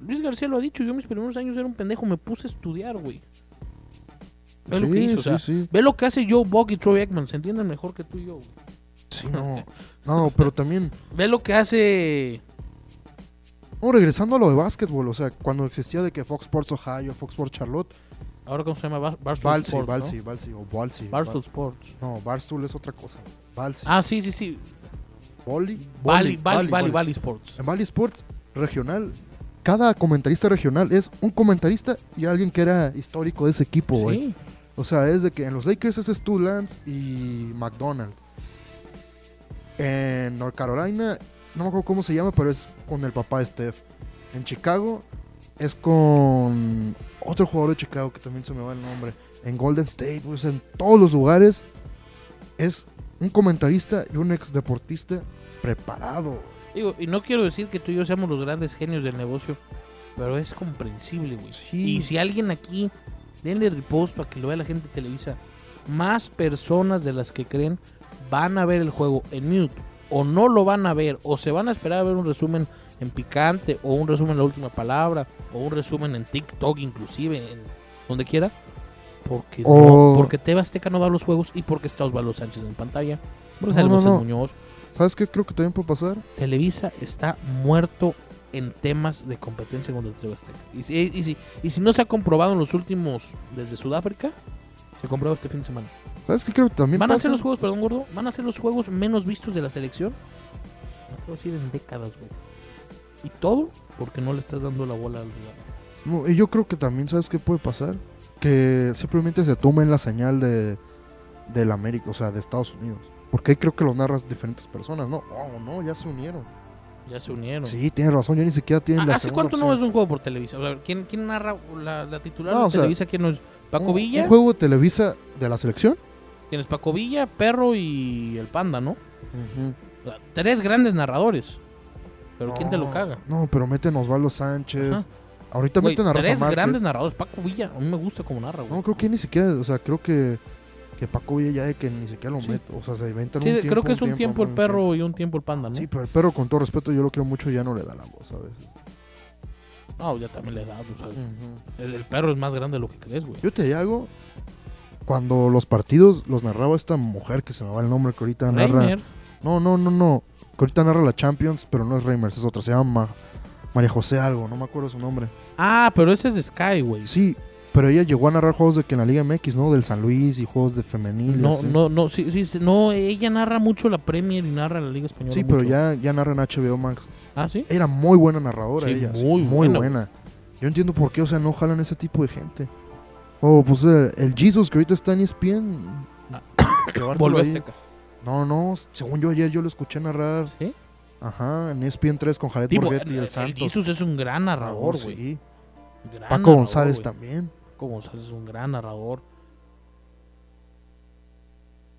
Speaker 2: Luis García lo ha dicho, yo en mis primeros años era un pendejo, me puse a estudiar, güey. Ve lo que
Speaker 1: Sí,
Speaker 2: hizo, o sea,
Speaker 1: sí, sí.
Speaker 2: Ve lo que hace Joe Buck y Troy Ekman, se entienden mejor que tú y yo. güey.
Speaker 1: Sí, no. No, pero también.
Speaker 2: Ve lo que hace
Speaker 1: No, regresando a lo de básquetbol, o sea, cuando existía de que Fox Sports Ohio, Fox Sports Charlotte,
Speaker 2: Ahora cómo se llama Bar- Barstool
Speaker 1: Balsi,
Speaker 2: Sports, ¿no?
Speaker 1: Balsi, Balsi, o Balsi.
Speaker 2: Barstool
Speaker 1: Bal-
Speaker 2: Sports.
Speaker 1: No, Barstool es otra cosa. Balsi.
Speaker 2: Ah, sí, sí, sí.
Speaker 1: Boli,
Speaker 2: Bali,
Speaker 1: Boli,
Speaker 2: Bali, Bali,
Speaker 1: Boli.
Speaker 2: Bali Sports.
Speaker 1: En Bali Sports, regional, cada comentarista regional es un comentarista y alguien que era histórico de ese equipo, güey.
Speaker 2: Sí.
Speaker 1: O sea, es de que en los Lakers es Stu Lance y McDonald. En North Carolina, no me acuerdo cómo se llama, pero es con el papá de Steph. En Chicago es con otro jugador de Chicago que también se me va el nombre. En Golden State, pues en todos los lugares es un comentarista y un ex deportista preparado.
Speaker 2: Digo, y no quiero decir que tú y yo seamos los grandes genios del negocio, pero es comprensible, güey.
Speaker 1: Sí.
Speaker 2: Y si alguien aquí, denle repost para que lo vea la gente de Televisa. Más personas de las que creen van a ver el juego en mute, o no lo van a ver, o se van a esperar a ver un resumen en picante, o un resumen en la última palabra, o un resumen en TikTok, inclusive, en donde quiera. Porque,
Speaker 1: O-
Speaker 2: no, porque Teba Azteca no va a los juegos y porque está Osvaldo Sánchez en pantalla. Porque
Speaker 1: No,
Speaker 2: sale
Speaker 1: no,
Speaker 2: Moisés
Speaker 1: no.
Speaker 2: Muñoz,
Speaker 1: ¿Sabes qué creo que también puede pasar?
Speaker 2: Televisa está muerto en temas de competencia contra TV Azteca. Y si, y, si, y si no se ha comprobado en los últimos, desde Sudáfrica, se comprueba este fin de semana.
Speaker 1: ¿Sabes qué creo que también
Speaker 2: ¿Van a
Speaker 1: pasa?
Speaker 2: ser los juegos, perdón, gordo? ¿Van a ser los juegos menos vistos de la selección? No te voy a decir en décadas, güey. Y todo porque no le estás dando la bola al rival.
Speaker 1: No, y yo creo que también, ¿sabes qué puede pasar? Que simplemente se tomen la señal de del América, o sea, de Estados Unidos. Porque ahí creo que lo narras diferentes personas, ¿no? Oh, no, ya se unieron.
Speaker 2: Ya se unieron.
Speaker 1: Sí, tienes razón, ya ni siquiera tienen
Speaker 2: Ah,
Speaker 1: la
Speaker 2: ¿Hace
Speaker 1: segunda
Speaker 2: cuánto no ves
Speaker 1: opción.
Speaker 2: un juego por Televisa? O sea, ¿quién, quién narra la, la titular
Speaker 1: No,
Speaker 2: de
Speaker 1: o sea,
Speaker 2: Televisa? ¿Quién no es? ¿Paco
Speaker 1: Un-
Speaker 2: Villa?
Speaker 1: Un juego de Televisa de la selección.
Speaker 2: Tienes Paco Villa, Perro y el Panda, ¿no? O sea, tres grandes narradores. Pero ¿quién te lo
Speaker 1: No,
Speaker 2: caga?
Speaker 1: No, pero meten a Osvaldo Sánchez.
Speaker 2: Ajá.
Speaker 1: Ahorita
Speaker 2: Güey,
Speaker 1: meten a Rafa
Speaker 2: tres
Speaker 1: Márquez.
Speaker 2: grandes narradores. Paco Villa, a mí me gusta como narra, güey.
Speaker 1: No, creo que ni siquiera, o sea, creo que, que Paco Villa ya de que ni siquiera lo
Speaker 2: Sí.
Speaker 1: mete. O sea, se inventan
Speaker 2: Sí,
Speaker 1: un tiempo.
Speaker 2: creo que es un tiempo, el
Speaker 1: un
Speaker 2: perro y un tiempo el panda, ¿no?
Speaker 1: Sí, pero el perro, con todo respeto, yo lo quiero mucho, ya no le da la voz a veces.
Speaker 2: No, ya también le da. o sea, el, el perro es más grande de lo que crees, güey.
Speaker 1: Yo te digo algo. Cuando los partidos los narraba esta mujer que se me va el nombre que ahorita narra.
Speaker 2: Reiner,
Speaker 1: No, no, no, no. Que ahorita narra la Champions, pero no es Reimers, es otra. Se llama Ma- María José algo, no me acuerdo su nombre.
Speaker 2: Ah, pero ese es de Sky, güey.
Speaker 1: Sí, pero ella llegó a narrar juegos de que en la Liga MX, ¿no? Del San Luis y juegos de femenil. y
Speaker 2: No,
Speaker 1: así.
Speaker 2: no, no, sí, sí, sí, no, ella narra mucho la Premier y narra la Liga Española.
Speaker 1: Sí, pero
Speaker 2: mucho.
Speaker 1: ya, ya narra en HBO Max.
Speaker 2: Ah, sí.
Speaker 1: Era muy buena narradora
Speaker 2: Sí,
Speaker 1: ella. sí,
Speaker 2: muy
Speaker 1: muy
Speaker 2: buena.
Speaker 1: buena. Yo entiendo por qué, o sea, no jalan ese tipo de gente. Oh, pues eh, el Jesus que ahorita está en E ESPN. llevártelo
Speaker 2: Ah, Volvió a
Speaker 1: ahí.
Speaker 2: Azteca.
Speaker 1: No, no, según yo ayer yo lo escuché narrar.
Speaker 2: ¿Sí?
Speaker 1: Ajá, en E ESPN 3 con Jared
Speaker 2: Tipo,
Speaker 1: Borghetti y el,
Speaker 2: el
Speaker 1: Santos.
Speaker 2: Jesus es un gran narrador,
Speaker 1: Sí.
Speaker 2: güey. Gran
Speaker 1: Paco
Speaker 2: narrador,
Speaker 1: González
Speaker 2: güey.
Speaker 1: también.
Speaker 2: Paco González es un gran narrador.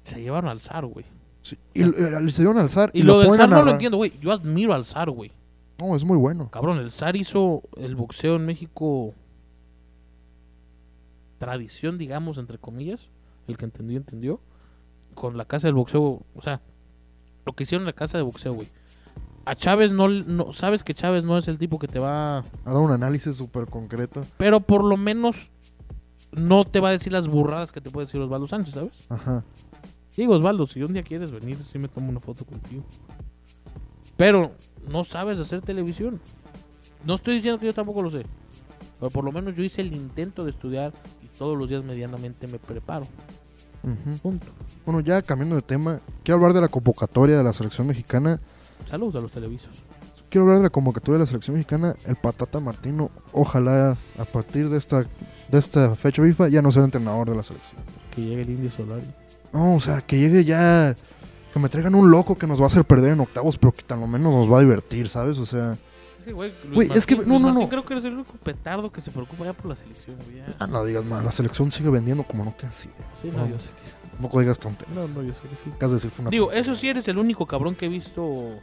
Speaker 2: Se llevaron al zar, güey.
Speaker 1: Sí, Y, eh, le se dieron al zar
Speaker 2: Y, lo, del
Speaker 1: ponen a
Speaker 2: zar no lo
Speaker 1: narrar.
Speaker 2: entiendo, güey. Yo admiro al zar, güey.
Speaker 1: No, es muy bueno.
Speaker 2: Cabrón, el zar hizo el boxeo en México tradición, digamos, entre comillas. El que entendió, entendió. Con la casa del boxeo, o sea, lo que hicieron en la casa de boxeo, güey. A Chávez no, le- no, sabes que Chávez no es el tipo que te va
Speaker 1: Ha dado un análisis súper concreto.
Speaker 2: Pero por lo menos no te va a decir las burradas que te puede decir Osvaldo Sánchez, ¿sabes?
Speaker 1: Ajá.
Speaker 2: Digo, Osvaldo, si un día quieres venir, sí me tomo una foto contigo. Pero no sabes hacer televisión. No estoy diciendo que yo tampoco lo sé. Pero por lo menos yo hice el intento de estudiar y todos los días medianamente me preparo.
Speaker 1: Ujú.
Speaker 2: Punto.
Speaker 1: Bueno, ya cambiando de tema, quiero hablar de la convocatoria de la selección mexicana.
Speaker 2: Saludos a los televisos.
Speaker 1: Quiero hablar de la convocatoria de la selección mexicana. El Patata Martino, ojalá a partir de esta, de esta fecha FIFA ya no sea entrenador de la selección.
Speaker 2: Que llegue el Indio Solari.
Speaker 1: No, o sea, que llegue ya. Que me traigan un loco que nos va a hacer perder en octavos, pero que tan lo menos nos va a divertir, ¿sabes? O sea.
Speaker 2: Es que, güey, Luis
Speaker 1: Güey, es que-
Speaker 2: Martín-
Speaker 1: no,
Speaker 2: Luis
Speaker 1: no,
Speaker 2: Martín
Speaker 1: no.
Speaker 2: creo que eres el único petardo que se preocupa ya por la selección, güey. ya.
Speaker 1: Ah, no digas más, la selección sigue vendiendo como no te así.
Speaker 2: Sí, no,
Speaker 1: No.
Speaker 2: yo sé que sí.
Speaker 1: No digas tonterías.
Speaker 2: No, no, yo sé que sí.
Speaker 1: Acabas de decir fue una.
Speaker 2: Digo, eso sí eres el único cabrón que he visto.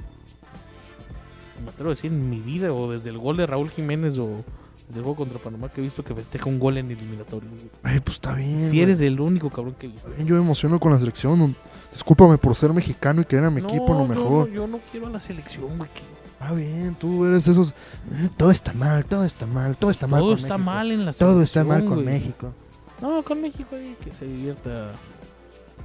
Speaker 2: Me atrevo a decir en mi vida, o desde el gol de Raúl Jiménez, o desde el juego contra Panamá, que he visto que festeja un gol en eliminatorio. güey.
Speaker 1: Ay, pues está bien.
Speaker 2: Si
Speaker 1: güey.
Speaker 2: eres el único cabrón que he visto.
Speaker 1: Está bien, Yo me emociono con la selección. Discúlpame por ser mexicano y querer a mi equipo lo
Speaker 2: yo
Speaker 1: mejor.
Speaker 2: no- Yo, no quiero a la selección, güey. que
Speaker 1: Ah, bien, tú eres esos. "Eh, Todo está mal, todo está mal, todo está mal.
Speaker 2: Todo
Speaker 1: con
Speaker 2: está
Speaker 1: México.
Speaker 2: mal en la selección.
Speaker 1: Todo está mal con
Speaker 2: güey.
Speaker 1: México.
Speaker 2: No, con México, ahí que se divierta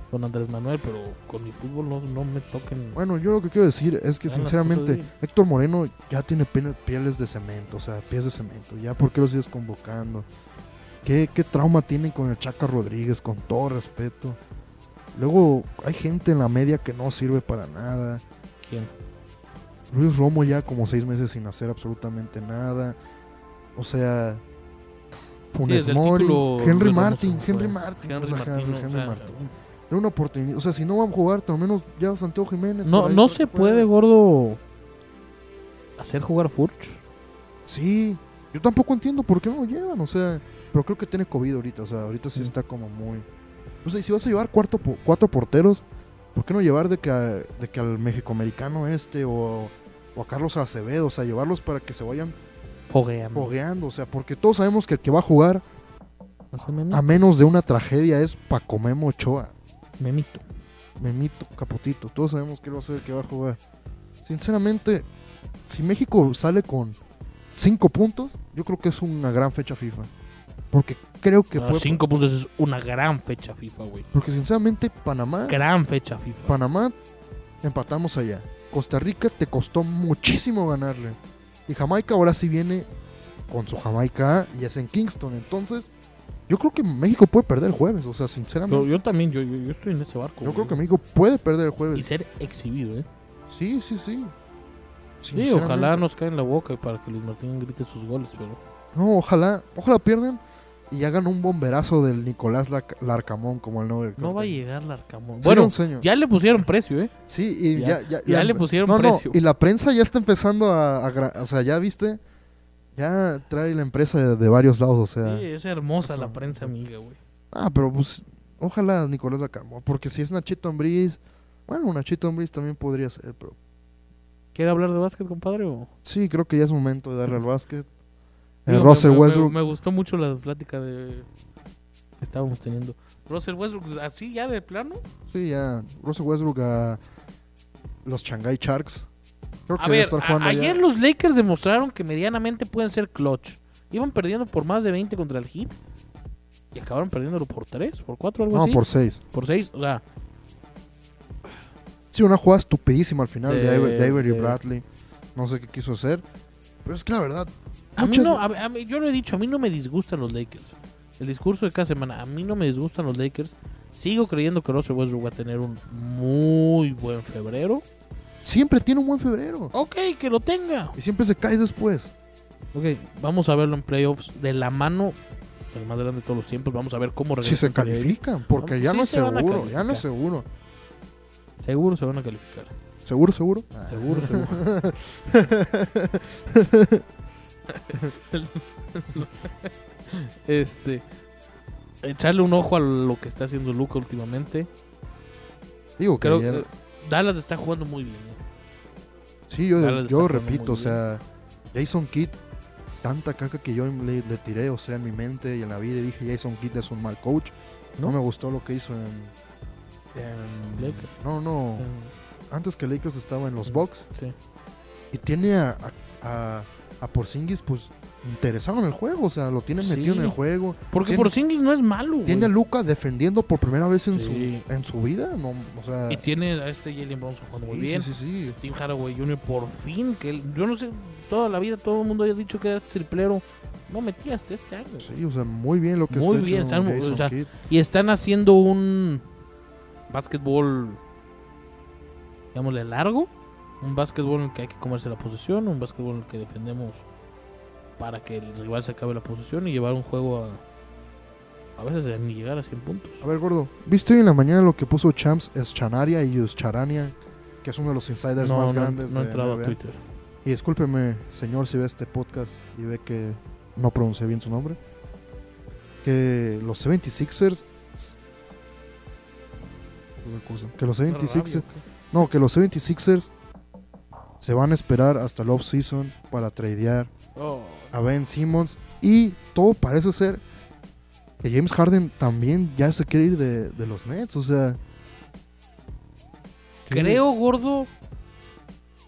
Speaker 2: con Andrés Manuel, pero con mi fútbol no, no me toquen.
Speaker 1: Bueno, yo lo que quiero decir es que
Speaker 2: Hagan las
Speaker 1: sinceramente
Speaker 2: cosas bien.
Speaker 1: Héctor Moreno ya tiene pene- pieles de cemento, o sea, pies de cemento. Ya, ¿por qué lo sigues convocando? ¿Qué, qué trauma tienen con el Chaca Rodríguez? Con todo respeto. Luego hay gente en la media que no sirve para nada.
Speaker 2: ¿Quién?
Speaker 1: Luis Romo ya como seis meses sin hacer absolutamente nada. O sea, Funes
Speaker 2: desde el
Speaker 1: Mori,
Speaker 2: título
Speaker 1: Henry
Speaker 2: Luis Romo
Speaker 1: Martin,
Speaker 2: se
Speaker 1: Henry
Speaker 2: fue.
Speaker 1: Martin,
Speaker 2: Henry
Speaker 1: o sea,
Speaker 2: Martin,
Speaker 1: Henry
Speaker 2: o sea,
Speaker 1: Martin. Da una oportunidad, o sea, si no van a jugar, al menos lleva a Santiago Jiménez.
Speaker 2: No,
Speaker 1: por ahí,
Speaker 2: no
Speaker 1: por
Speaker 2: se
Speaker 1: ahí fuera.
Speaker 2: puede, gordo, hacer jugar a Furch.
Speaker 1: Sí, yo tampoco entiendo por qué no lo llevan, o sea, pero creo que tiene COVID ahorita, o sea, ahorita sí
Speaker 2: Sí.
Speaker 1: está como muy... O sea, y si vas a llevar cuarto po- cuatro porteros, ¿por qué no llevar de que, a- de que al mexicoamericano este o, o a Carlos Acevedo, o sea, llevarlos para que se vayan
Speaker 2: Fogueando.
Speaker 1: fogueando, o sea, porque todos sabemos que el que va a jugar
Speaker 2: No sé, memi-
Speaker 1: a menos de una tragedia es Paco Memo Ochoa,
Speaker 2: Memito.
Speaker 1: Memito Capotito, todos sabemos que él va a ser el que va a jugar. Sinceramente, si México sale con cinco puntos, yo creo que es una gran fecha FIFA. Porque creo que
Speaker 2: Ah,
Speaker 1: puede-
Speaker 2: cinco puntos es una gran fecha FIFA, güey.
Speaker 1: porque sinceramente Panamá,
Speaker 2: Gran fecha FIFA.
Speaker 1: Panamá empatamos allá. Costa Rica te costó muchísimo ganarle. Y Jamaica ahora sí viene con su Jamaica A y es en Kingston, entonces yo creo que México puede perder el jueves, o sea, sinceramente.
Speaker 2: yo, yo también, yo, yo, yo estoy en ese barco.
Speaker 1: Yo
Speaker 2: güey.
Speaker 1: creo que México puede perder el
Speaker 2: Y
Speaker 1: jueves.
Speaker 2: ser exhibido, ¿eh?
Speaker 1: Sí, sí, sí.
Speaker 2: Sí, ojalá nos caiga en la boca para que Luis Martín grite sus goles, pero...
Speaker 1: No, ojalá, ojalá pierdan y hagan un bomberazo del Nicolás Lac- Larcamón como el nuevo director.
Speaker 2: No va a llegar Larcamón.
Speaker 1: Sería
Speaker 2: Bueno,
Speaker 1: un sueño.
Speaker 2: ya le pusieron precio, ¿eh?
Speaker 1: sí, y
Speaker 2: ya-
Speaker 1: ya, ya,
Speaker 2: ya
Speaker 1: la-
Speaker 2: le pusieron
Speaker 1: no,
Speaker 2: precio.
Speaker 1: No, y la prensa ya está empezando a, a gra- o sea, ya viste, ya trae la empresa de, de varios lados, o sea.
Speaker 2: Sí, es hermosa la
Speaker 1: Eso,
Speaker 2: prensa
Speaker 1: eso.
Speaker 2: amiga, güey.
Speaker 1: Ah, pero pues ojalá Nicolás Larcamón, porque si es Nachito Ambriz, bueno, Nachito Ambriz también podría ser, pero
Speaker 2: ¿Quiere hablar de básquet, compadre? O...
Speaker 1: sí, creo que ya es momento de darle al básquet. Eh,
Speaker 2: Digo, me-
Speaker 1: Russell
Speaker 2: me, me-
Speaker 1: Westbrook
Speaker 2: Me, gustó mucho la plática de... que estábamos teniendo. Russell Westbrook, así ya de plano.
Speaker 1: Sí, ya. Russell Westbrook a los Shanghai Sharks. Creo que
Speaker 2: A
Speaker 1: debe
Speaker 2: ver,
Speaker 1: estar
Speaker 2: a-
Speaker 1: jugando
Speaker 2: ayer
Speaker 1: allá.
Speaker 2: los Lakers demostraron que medianamente pueden ser clutch. Iban perdiendo por más de 20 contra el Heat. Y acabaron perdiéndolo por 3, por 4, algo
Speaker 1: No,
Speaker 2: así.
Speaker 1: por seis.
Speaker 2: Por 6, o sea...
Speaker 1: Sí, una jugada estupidísima al final de,
Speaker 2: De-
Speaker 1: Iver- de Avery
Speaker 2: de-
Speaker 1: Bradley. No sé qué quiso hacer. Pero es que la verdad.
Speaker 2: A mí
Speaker 1: muchas-
Speaker 2: no, a- a mí- yo lo he dicho, a mí no me disgustan los Lakers. El discurso de cada semana, a mí no me disgustan los Lakers. Sigo creyendo que Russell Westbrook va a tener un muy buen febrero.
Speaker 1: Siempre tiene un buen febrero.
Speaker 2: Ok, que lo tenga.
Speaker 1: Y siempre se cae después.
Speaker 2: Ok, vamos a verlo en playoffs de la mano, el más grande de todos los tiempos. Vamos a ver cómo
Speaker 1: Si
Speaker 2: regresa
Speaker 1: se califican. Porque ya
Speaker 2: Sí
Speaker 1: no es
Speaker 2: se van a
Speaker 1: seguro. Ya no es
Speaker 2: calificar.
Speaker 1: seguro.
Speaker 2: Seguro se van a calificar.
Speaker 1: ¿Seguro, seguro? Ah.
Speaker 2: Seguro, seguro. este. Echarle un ojo a lo que está haciendo Luca últimamente.
Speaker 1: Digo que.
Speaker 2: Creo
Speaker 1: ya-
Speaker 2: que Dallas está jugando muy bien. ¿eh?
Speaker 1: Sí, yo,
Speaker 2: Dallas
Speaker 1: yo
Speaker 2: está jugando
Speaker 1: repito,
Speaker 2: muy
Speaker 1: o sea, Jason Kidd, tanta caca que yo le, le tiré, o sea, en mi mente y en la vida, y dije, Jason Kidd es un mal coach. No,
Speaker 2: ¿No?
Speaker 1: me gustó lo que hizo en... en-
Speaker 2: Lakers.
Speaker 1: No, no, antes que Lakers estaba en los Bucks
Speaker 2: Sí.
Speaker 1: y tiene a, a, a- a Porzingis, pues interesado en el juego, o sea, lo tiene
Speaker 2: Sí.
Speaker 1: metido en el juego.
Speaker 2: Porque
Speaker 1: Tiene-
Speaker 2: Porzingis no es malo, güey.
Speaker 1: Tiene a Luca defendiendo por primera vez en,
Speaker 2: Sí.
Speaker 1: su, en su vida, no, o sea,
Speaker 2: Y tiene a este Jalen Bronson jugando muy
Speaker 1: sí,
Speaker 2: bien.
Speaker 1: sí, sí, sí.
Speaker 2: Tim Haraway Jr. por fin, que él- yo no sé, toda la vida todo el mundo había dicho que era triplero. No metía hasta este año. güey.
Speaker 1: Sí, o sea, muy bien lo que
Speaker 2: Muy
Speaker 1: está
Speaker 2: bien,
Speaker 1: hecho
Speaker 2: están-
Speaker 1: Jason
Speaker 2: o sea,
Speaker 1: Kidd.
Speaker 2: Y están haciendo un básquetbol, digámosle, largo. Un básquetbol en el que hay que comerse la posesión, un básquetbol en el que defendemos para que el rival se acabe la posesión y llevar un juego a... A veces a ni llegar a 100 puntos.
Speaker 1: A ver, gordo, ¿viste hoy en la mañana lo que puso Champs Eschanaria y Escharania, que es uno de los insiders
Speaker 2: No,
Speaker 1: más
Speaker 2: no,
Speaker 1: grandes
Speaker 2: no he
Speaker 1: de
Speaker 2: entrado a
Speaker 1: NBA?
Speaker 2: Twitter.
Speaker 1: Y discúlpeme, señor, si ve este podcast y ve que no pronuncié bien su nombre. Que los 76ers. Que los 76ers. No, que los 76ers se van a esperar hasta el off-season para tradear
Speaker 2: Oh,
Speaker 1: a Ben Simmons. Y todo parece ser que James Harden también ya se quiere ir de, de los Nets. O sea. tiene-
Speaker 2: Creo, gordo,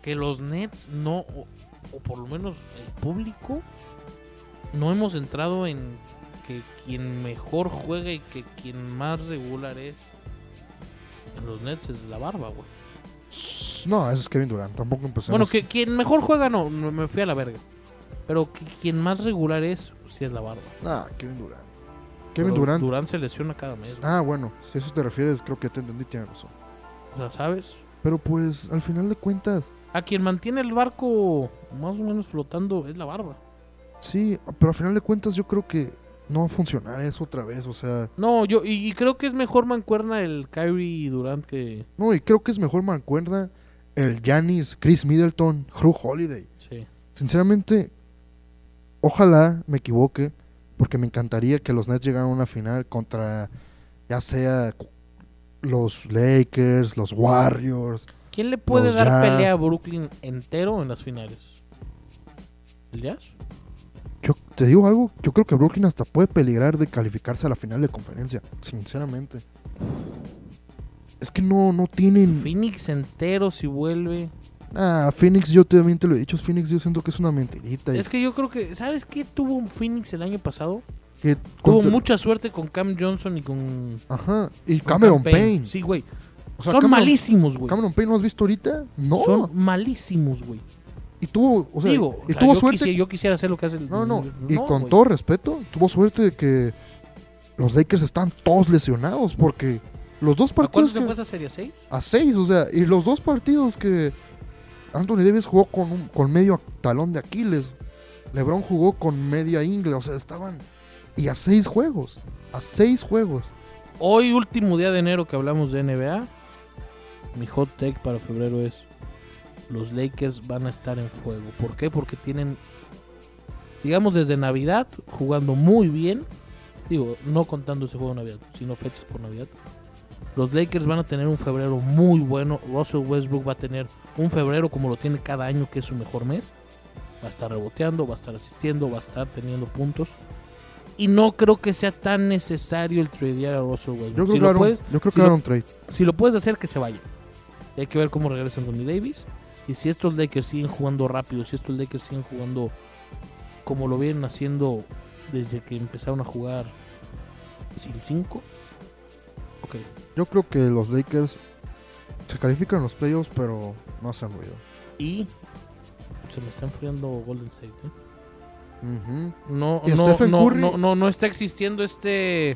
Speaker 2: que los Nets no, o, o por lo menos el público, no hemos entrado en que quien mejor juega y que quien más regular es en los Nets es la barba, güey.
Speaker 1: No, eso es Kevin Durant. Tampoco empezamos.
Speaker 2: Bueno, que quien mejor juega no, no, me fui a la verga. Pero que quien más regular es, sí es la barba.
Speaker 1: Ah, Kevin Durant. Kevin
Speaker 2: Pero
Speaker 1: Durant.
Speaker 2: Durant se lesiona cada mes. güey.
Speaker 1: Ah, bueno, si a eso te refieres, creo que te entendí, tienes razón.
Speaker 2: O sea, ¿sabes?
Speaker 1: Pero pues, al final de cuentas,
Speaker 2: A quien mantiene el barco más o menos flotando es la barba.
Speaker 1: sí, pero al final de cuentas yo creo que no va a funcionar eso otra vez, o sea,
Speaker 2: No, yo y, y creo que es mejor mancuerna el Kyrie Durant que
Speaker 1: no, y creo que es mejor mancuerda el Giannis, Chris Middleton, Drew Holiday.
Speaker 2: sí.
Speaker 1: Sinceramente, ojalá me equivoque, porque me encantaría que los Nets llegaran a una final contra, ya sea cu- los Lakers, los Warriors,
Speaker 2: ¿Quién le puede
Speaker 1: Los
Speaker 2: dar
Speaker 1: Jazz.
Speaker 2: pelea a Brooklyn entero en las finales? ¿El Jazz?
Speaker 1: Yo te digo algo, yo creo que Brooklyn hasta puede peligrar de calificarse a la final de conferencia, sinceramente. Es que no, no tienen.
Speaker 2: Phoenix entero si vuelve.
Speaker 1: Ah, Phoenix, yo también te lo he dicho, Phoenix, yo siento que es una mentirita. y
Speaker 2: Es que yo creo que, ¿sabes qué tuvo un Phoenix el año pasado?
Speaker 1: que
Speaker 2: Tuvo
Speaker 1: contra-
Speaker 2: mucha suerte con Cam Johnson y con,
Speaker 1: Ajá, y
Speaker 2: con
Speaker 1: Cameron
Speaker 2: Cam
Speaker 1: Payne.
Speaker 2: Sí, güey.
Speaker 1: O sea,
Speaker 2: Son
Speaker 1: Cameron-
Speaker 2: malísimos, güey.
Speaker 1: ¿Cameron Payne lo has visto ahorita? No.
Speaker 2: Son malísimos, güey.
Speaker 1: Y tuvo, o sea,
Speaker 2: Digo,
Speaker 1: y
Speaker 2: o sea,
Speaker 1: tuvo
Speaker 2: yo,
Speaker 1: suerte.
Speaker 2: quisiera, yo quisiera hacer lo que hace el
Speaker 1: No, no, y con
Speaker 2: güey.
Speaker 1: todo respeto, tuvo suerte de que los Lakers están todos lesionados porque los dos
Speaker 2: ¿A cuánto
Speaker 1: partidos
Speaker 2: se
Speaker 1: que.
Speaker 2: fue esa serie? ¿Seis?
Speaker 1: a 6, o sea, y los dos partidos que Anthony Davis jugó con, un- con medio talón de Aquiles, LeBron jugó con media ingle, o sea, estaban y a 6 juegos, a 6 juegos.
Speaker 2: Hoy, último día de enero que hablamos de NBA, mi hot take para febrero es: los Lakers van a estar en fuego. ¿Por qué? Porque tienen, digamos, desde Navidad jugando muy bien. Digo, no contando ese juego de Navidad, sino fechas por Navidad. Los Lakers van a tener un febrero muy bueno. Russell Westbrook va a tener un febrero como lo tiene cada año, que es su mejor mes. Va a estar reboteando, va a estar asistiendo, va a estar teniendo puntos. Y no creo que sea tan necesario el tradear a Russell Westbrook.
Speaker 1: Yo creo
Speaker 2: Si
Speaker 1: que
Speaker 2: lo
Speaker 1: Aaron,
Speaker 2: puedes-
Speaker 1: yo creo
Speaker 2: si
Speaker 1: que
Speaker 2: lo-
Speaker 1: Aaron trade.
Speaker 2: si lo puedes hacer, que se vaya. Y hay que ver cómo regresa Anthony Davis. Y si estos Lakers siguen jugando rápido, si estos Lakers siguen jugando como lo vienen haciendo desde que empezaron a jugar sin 5. Ok,
Speaker 1: Yo creo que los Lakers se califican en los playoffs, pero no hacen ruido.
Speaker 2: y se me está enfriando Golden State. ¿eh?
Speaker 1: Ujú.
Speaker 2: No,
Speaker 1: ¿Y
Speaker 2: no,
Speaker 1: Stephen
Speaker 2: no,
Speaker 1: Curry?
Speaker 2: no, no, no está existiendo este.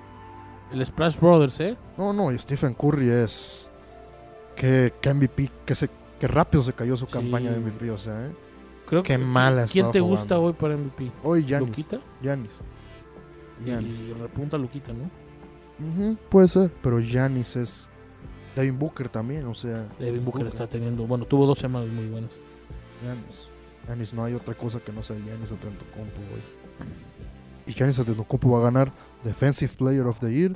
Speaker 2: El Splash Brothers, ¿eh?
Speaker 1: No, no, y Stephen Curry es que, que MVP, que se que rápido se cayó su
Speaker 2: Sí.
Speaker 1: campaña de MVP, o sea, ¿eh?
Speaker 2: Creo
Speaker 1: qué
Speaker 2: que-
Speaker 1: mala
Speaker 2: ¿Quién
Speaker 1: estaba
Speaker 2: te gusta
Speaker 1: jugando.
Speaker 2: hoy para MVP?
Speaker 1: hoy? Giannis,
Speaker 2: Luquita.
Speaker 1: Giannis. Giannis.
Speaker 2: Y repunta Luquita, ¿no?
Speaker 1: Ujú, puede ser, pero Giannis es Devin Booker también, o sea,
Speaker 2: Devin Booker está teniendo. Bueno, tuvo dos semanas muy buenas.
Speaker 1: Giannis. Giannis, no hay otra cosa que no sea Giannis Antetokounmpo, güey. Y Giannis Antetokounmpo va a ganar Defensive Player of the Year,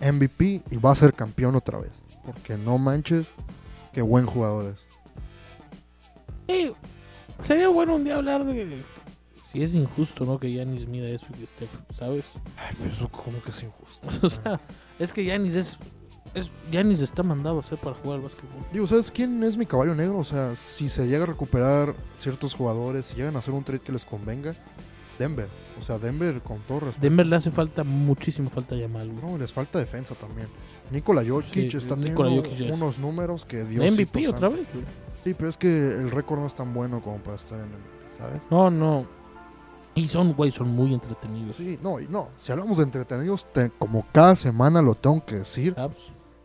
Speaker 1: MVP y va a ser campeón otra vez, porque no manches, qué buen jugador es.
Speaker 2: Eh, sería bueno un día hablar de si es injusto, ¿no? Que Yanis mida eso y que Steph, ¿sabes?
Speaker 1: Ay, pero eso como que es injusto.
Speaker 2: O sea, es que Yanis es, es Giannis está mandado a hacer para jugar al básquetbol.
Speaker 1: Digo, ¿sabes quién es mi caballo negro? O sea, si se llega a recuperar ciertos jugadores, si llegan a hacer un trade que les convenga, Denver. O sea, Denver con todo respeto.
Speaker 2: Denver le hace falta, muchísima falta llamar.
Speaker 1: No, les falta defensa también. Nikola Jokic
Speaker 2: Sí,
Speaker 1: está
Speaker 2: Nikola
Speaker 1: teniendo
Speaker 2: Jokic es-
Speaker 1: unos números que Dios pues,
Speaker 2: MVP otra vez, güey.
Speaker 1: Sí, pero es que el récord no es tan bueno como para estar en el, ¿sabes?
Speaker 2: No, no. Y son, güey, son muy entretenidos.
Speaker 1: Sí, no, y no. Si hablamos de entretenidos, te- como cada semana lo tengo que decir,
Speaker 2: Caps.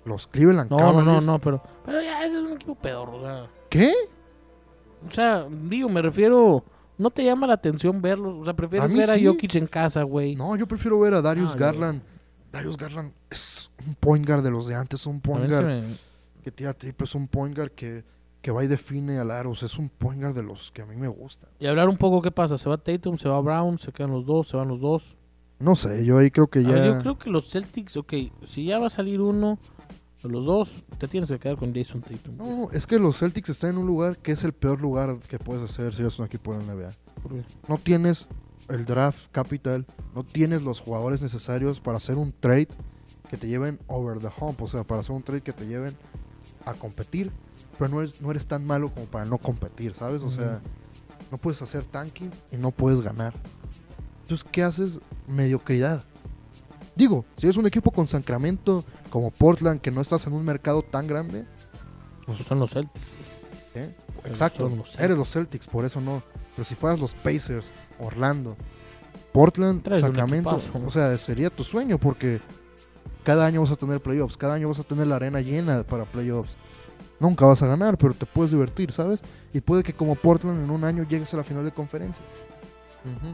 Speaker 1: los Cleveland
Speaker 2: No, no,
Speaker 1: Cavaliers.
Speaker 2: no, no, pero. Pero ya, ese es un equipo pedorro, o sea.
Speaker 1: ¿Qué?
Speaker 2: O sea, digo, me refiero. No te llama la atención verlos. O sea, prefieres
Speaker 1: A mí
Speaker 2: ver
Speaker 1: sí.
Speaker 2: a Jokic en casa, güey.
Speaker 1: No, yo prefiero ver a Darius
Speaker 2: Ah,
Speaker 1: Garland. Darius Garland es un point guard de los de antes, un
Speaker 2: A
Speaker 1: point
Speaker 2: ver
Speaker 1: guard
Speaker 2: si me-
Speaker 1: que tira triples, un point guard que, que va y define al aro. O sea, es un point guard de los que a mí me gustan.
Speaker 2: Y hablar un poco qué pasa. Se va Tatum, se va Brown, se quedan los dos, se van los dos.
Speaker 1: No sé, yo ahí creo que
Speaker 2: A
Speaker 1: ya...
Speaker 2: ver, yo creo que los Celtics, ok, si ya va a salir uno o los dos, te tienes que quedar con Jason Tatum.
Speaker 1: No, no, es que los Celtics están en un lugar que es el peor lugar que puedes hacer si eres un equipo de NBA.
Speaker 2: Porque-
Speaker 1: No tienes el draft capital, no tienes los jugadores necesarios para hacer un trade que te lleven over the hump, o sea, para hacer un trade que te lleven a competir, pero no eres, no eres tan malo como para no competir, ¿sabes? O sea, no puedes hacer tanking y no puedes ganar. Entonces, ¿qué haces? Mediocridad. Digo, si eres un equipo con Sacramento, como Portland, que no estás en un mercado tan grande,
Speaker 2: Pues son los Celtics.
Speaker 1: ¿Eh? Exacto.
Speaker 2: son los
Speaker 1: Eres los Celtics, por eso no. Pero si fueras los Pacers, Orlando, Portland,
Speaker 2: Traes un
Speaker 1: Sacramento,
Speaker 2: equipazo.
Speaker 1: o sea, sería tu sueño porque cada año vas a tener playoffs, cada año vas a tener la arena llena para playoffs. Nunca vas a ganar, pero te puedes divertir, ¿sabes? Y puede que como Portland en un año llegues a la final de conferencia. Ujú.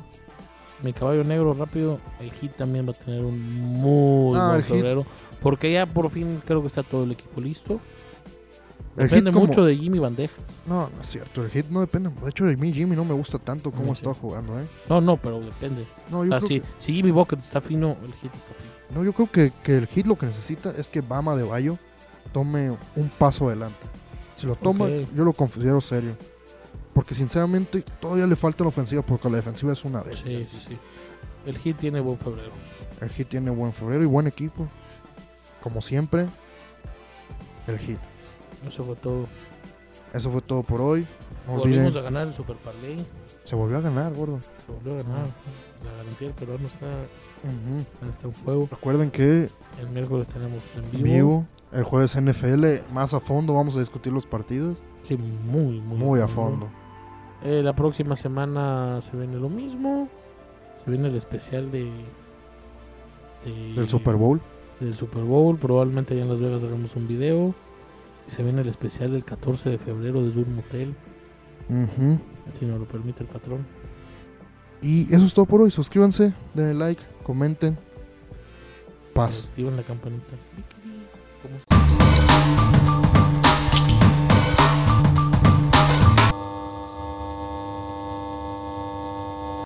Speaker 2: Mi caballo negro rápido, el Heat también va a tener un muy
Speaker 1: Ah,
Speaker 2: buen
Speaker 1: el Heat.
Speaker 2: febrero. Porque ya por fin creo que está todo el equipo listo.
Speaker 1: El
Speaker 2: Depende
Speaker 1: Heat como-
Speaker 2: mucho de Jimmy Bandeja.
Speaker 1: No, no es cierto. El hit no depende. De hecho, de mí Jimmy no me gusta tanto cómo
Speaker 2: No, Ah, sí.
Speaker 1: está jugando, ¿eh?
Speaker 2: No, no, pero depende.
Speaker 1: No,
Speaker 2: O
Speaker 1: yo
Speaker 2: sea,
Speaker 1: creo
Speaker 2: si,
Speaker 1: que-
Speaker 2: si Jimmy Bucket está fino, el Heat está fino.
Speaker 1: No, yo creo que, que el hit lo que necesita es que Bama de Bayo tome un paso adelante. Si lo toma,
Speaker 2: Ok.
Speaker 1: yo lo considero serio. Porque sinceramente todavía le falta la ofensiva porque la defensiva es una bestia.
Speaker 2: Sí, sí, sí. El Heat tiene buen febrero.
Speaker 1: El Hit tiene buen febrero y buen equipo. Como siempre, el Hit.
Speaker 2: Eso fue todo.
Speaker 1: Eso fue todo por hoy. No
Speaker 2: Volvimos
Speaker 1: olviden,
Speaker 2: a ganar el Super Parlay.
Speaker 1: se volvió a ganar, gordo.
Speaker 2: Se volvió a ganar. La garantía del peruano está,
Speaker 1: Ujú.
Speaker 2: está en fuego.
Speaker 1: Recuerden que
Speaker 2: El miércoles tenemos en
Speaker 1: en
Speaker 2: vivo.
Speaker 1: vivo, el jueves NFL, más a fondo vamos a discutir los partidos.
Speaker 2: Sí, muy, muy,
Speaker 1: Muy a
Speaker 2: muy-
Speaker 1: fondo.
Speaker 2: Eh, la próxima semana se viene lo mismo. Se viene el especial de. de-
Speaker 1: Del Super Bowl.
Speaker 2: del Super Bowl. Probablemente allá en Las Vegas hagamos un video. Y se viene el especial del 14 de febrero desde un motel.
Speaker 1: Ujú.
Speaker 2: Si nos lo permite el patrón.
Speaker 1: Y eso es todo por hoy. Suscríbanse, denle like, comenten. Paz.
Speaker 2: Activen la campanita. ¿Cómo?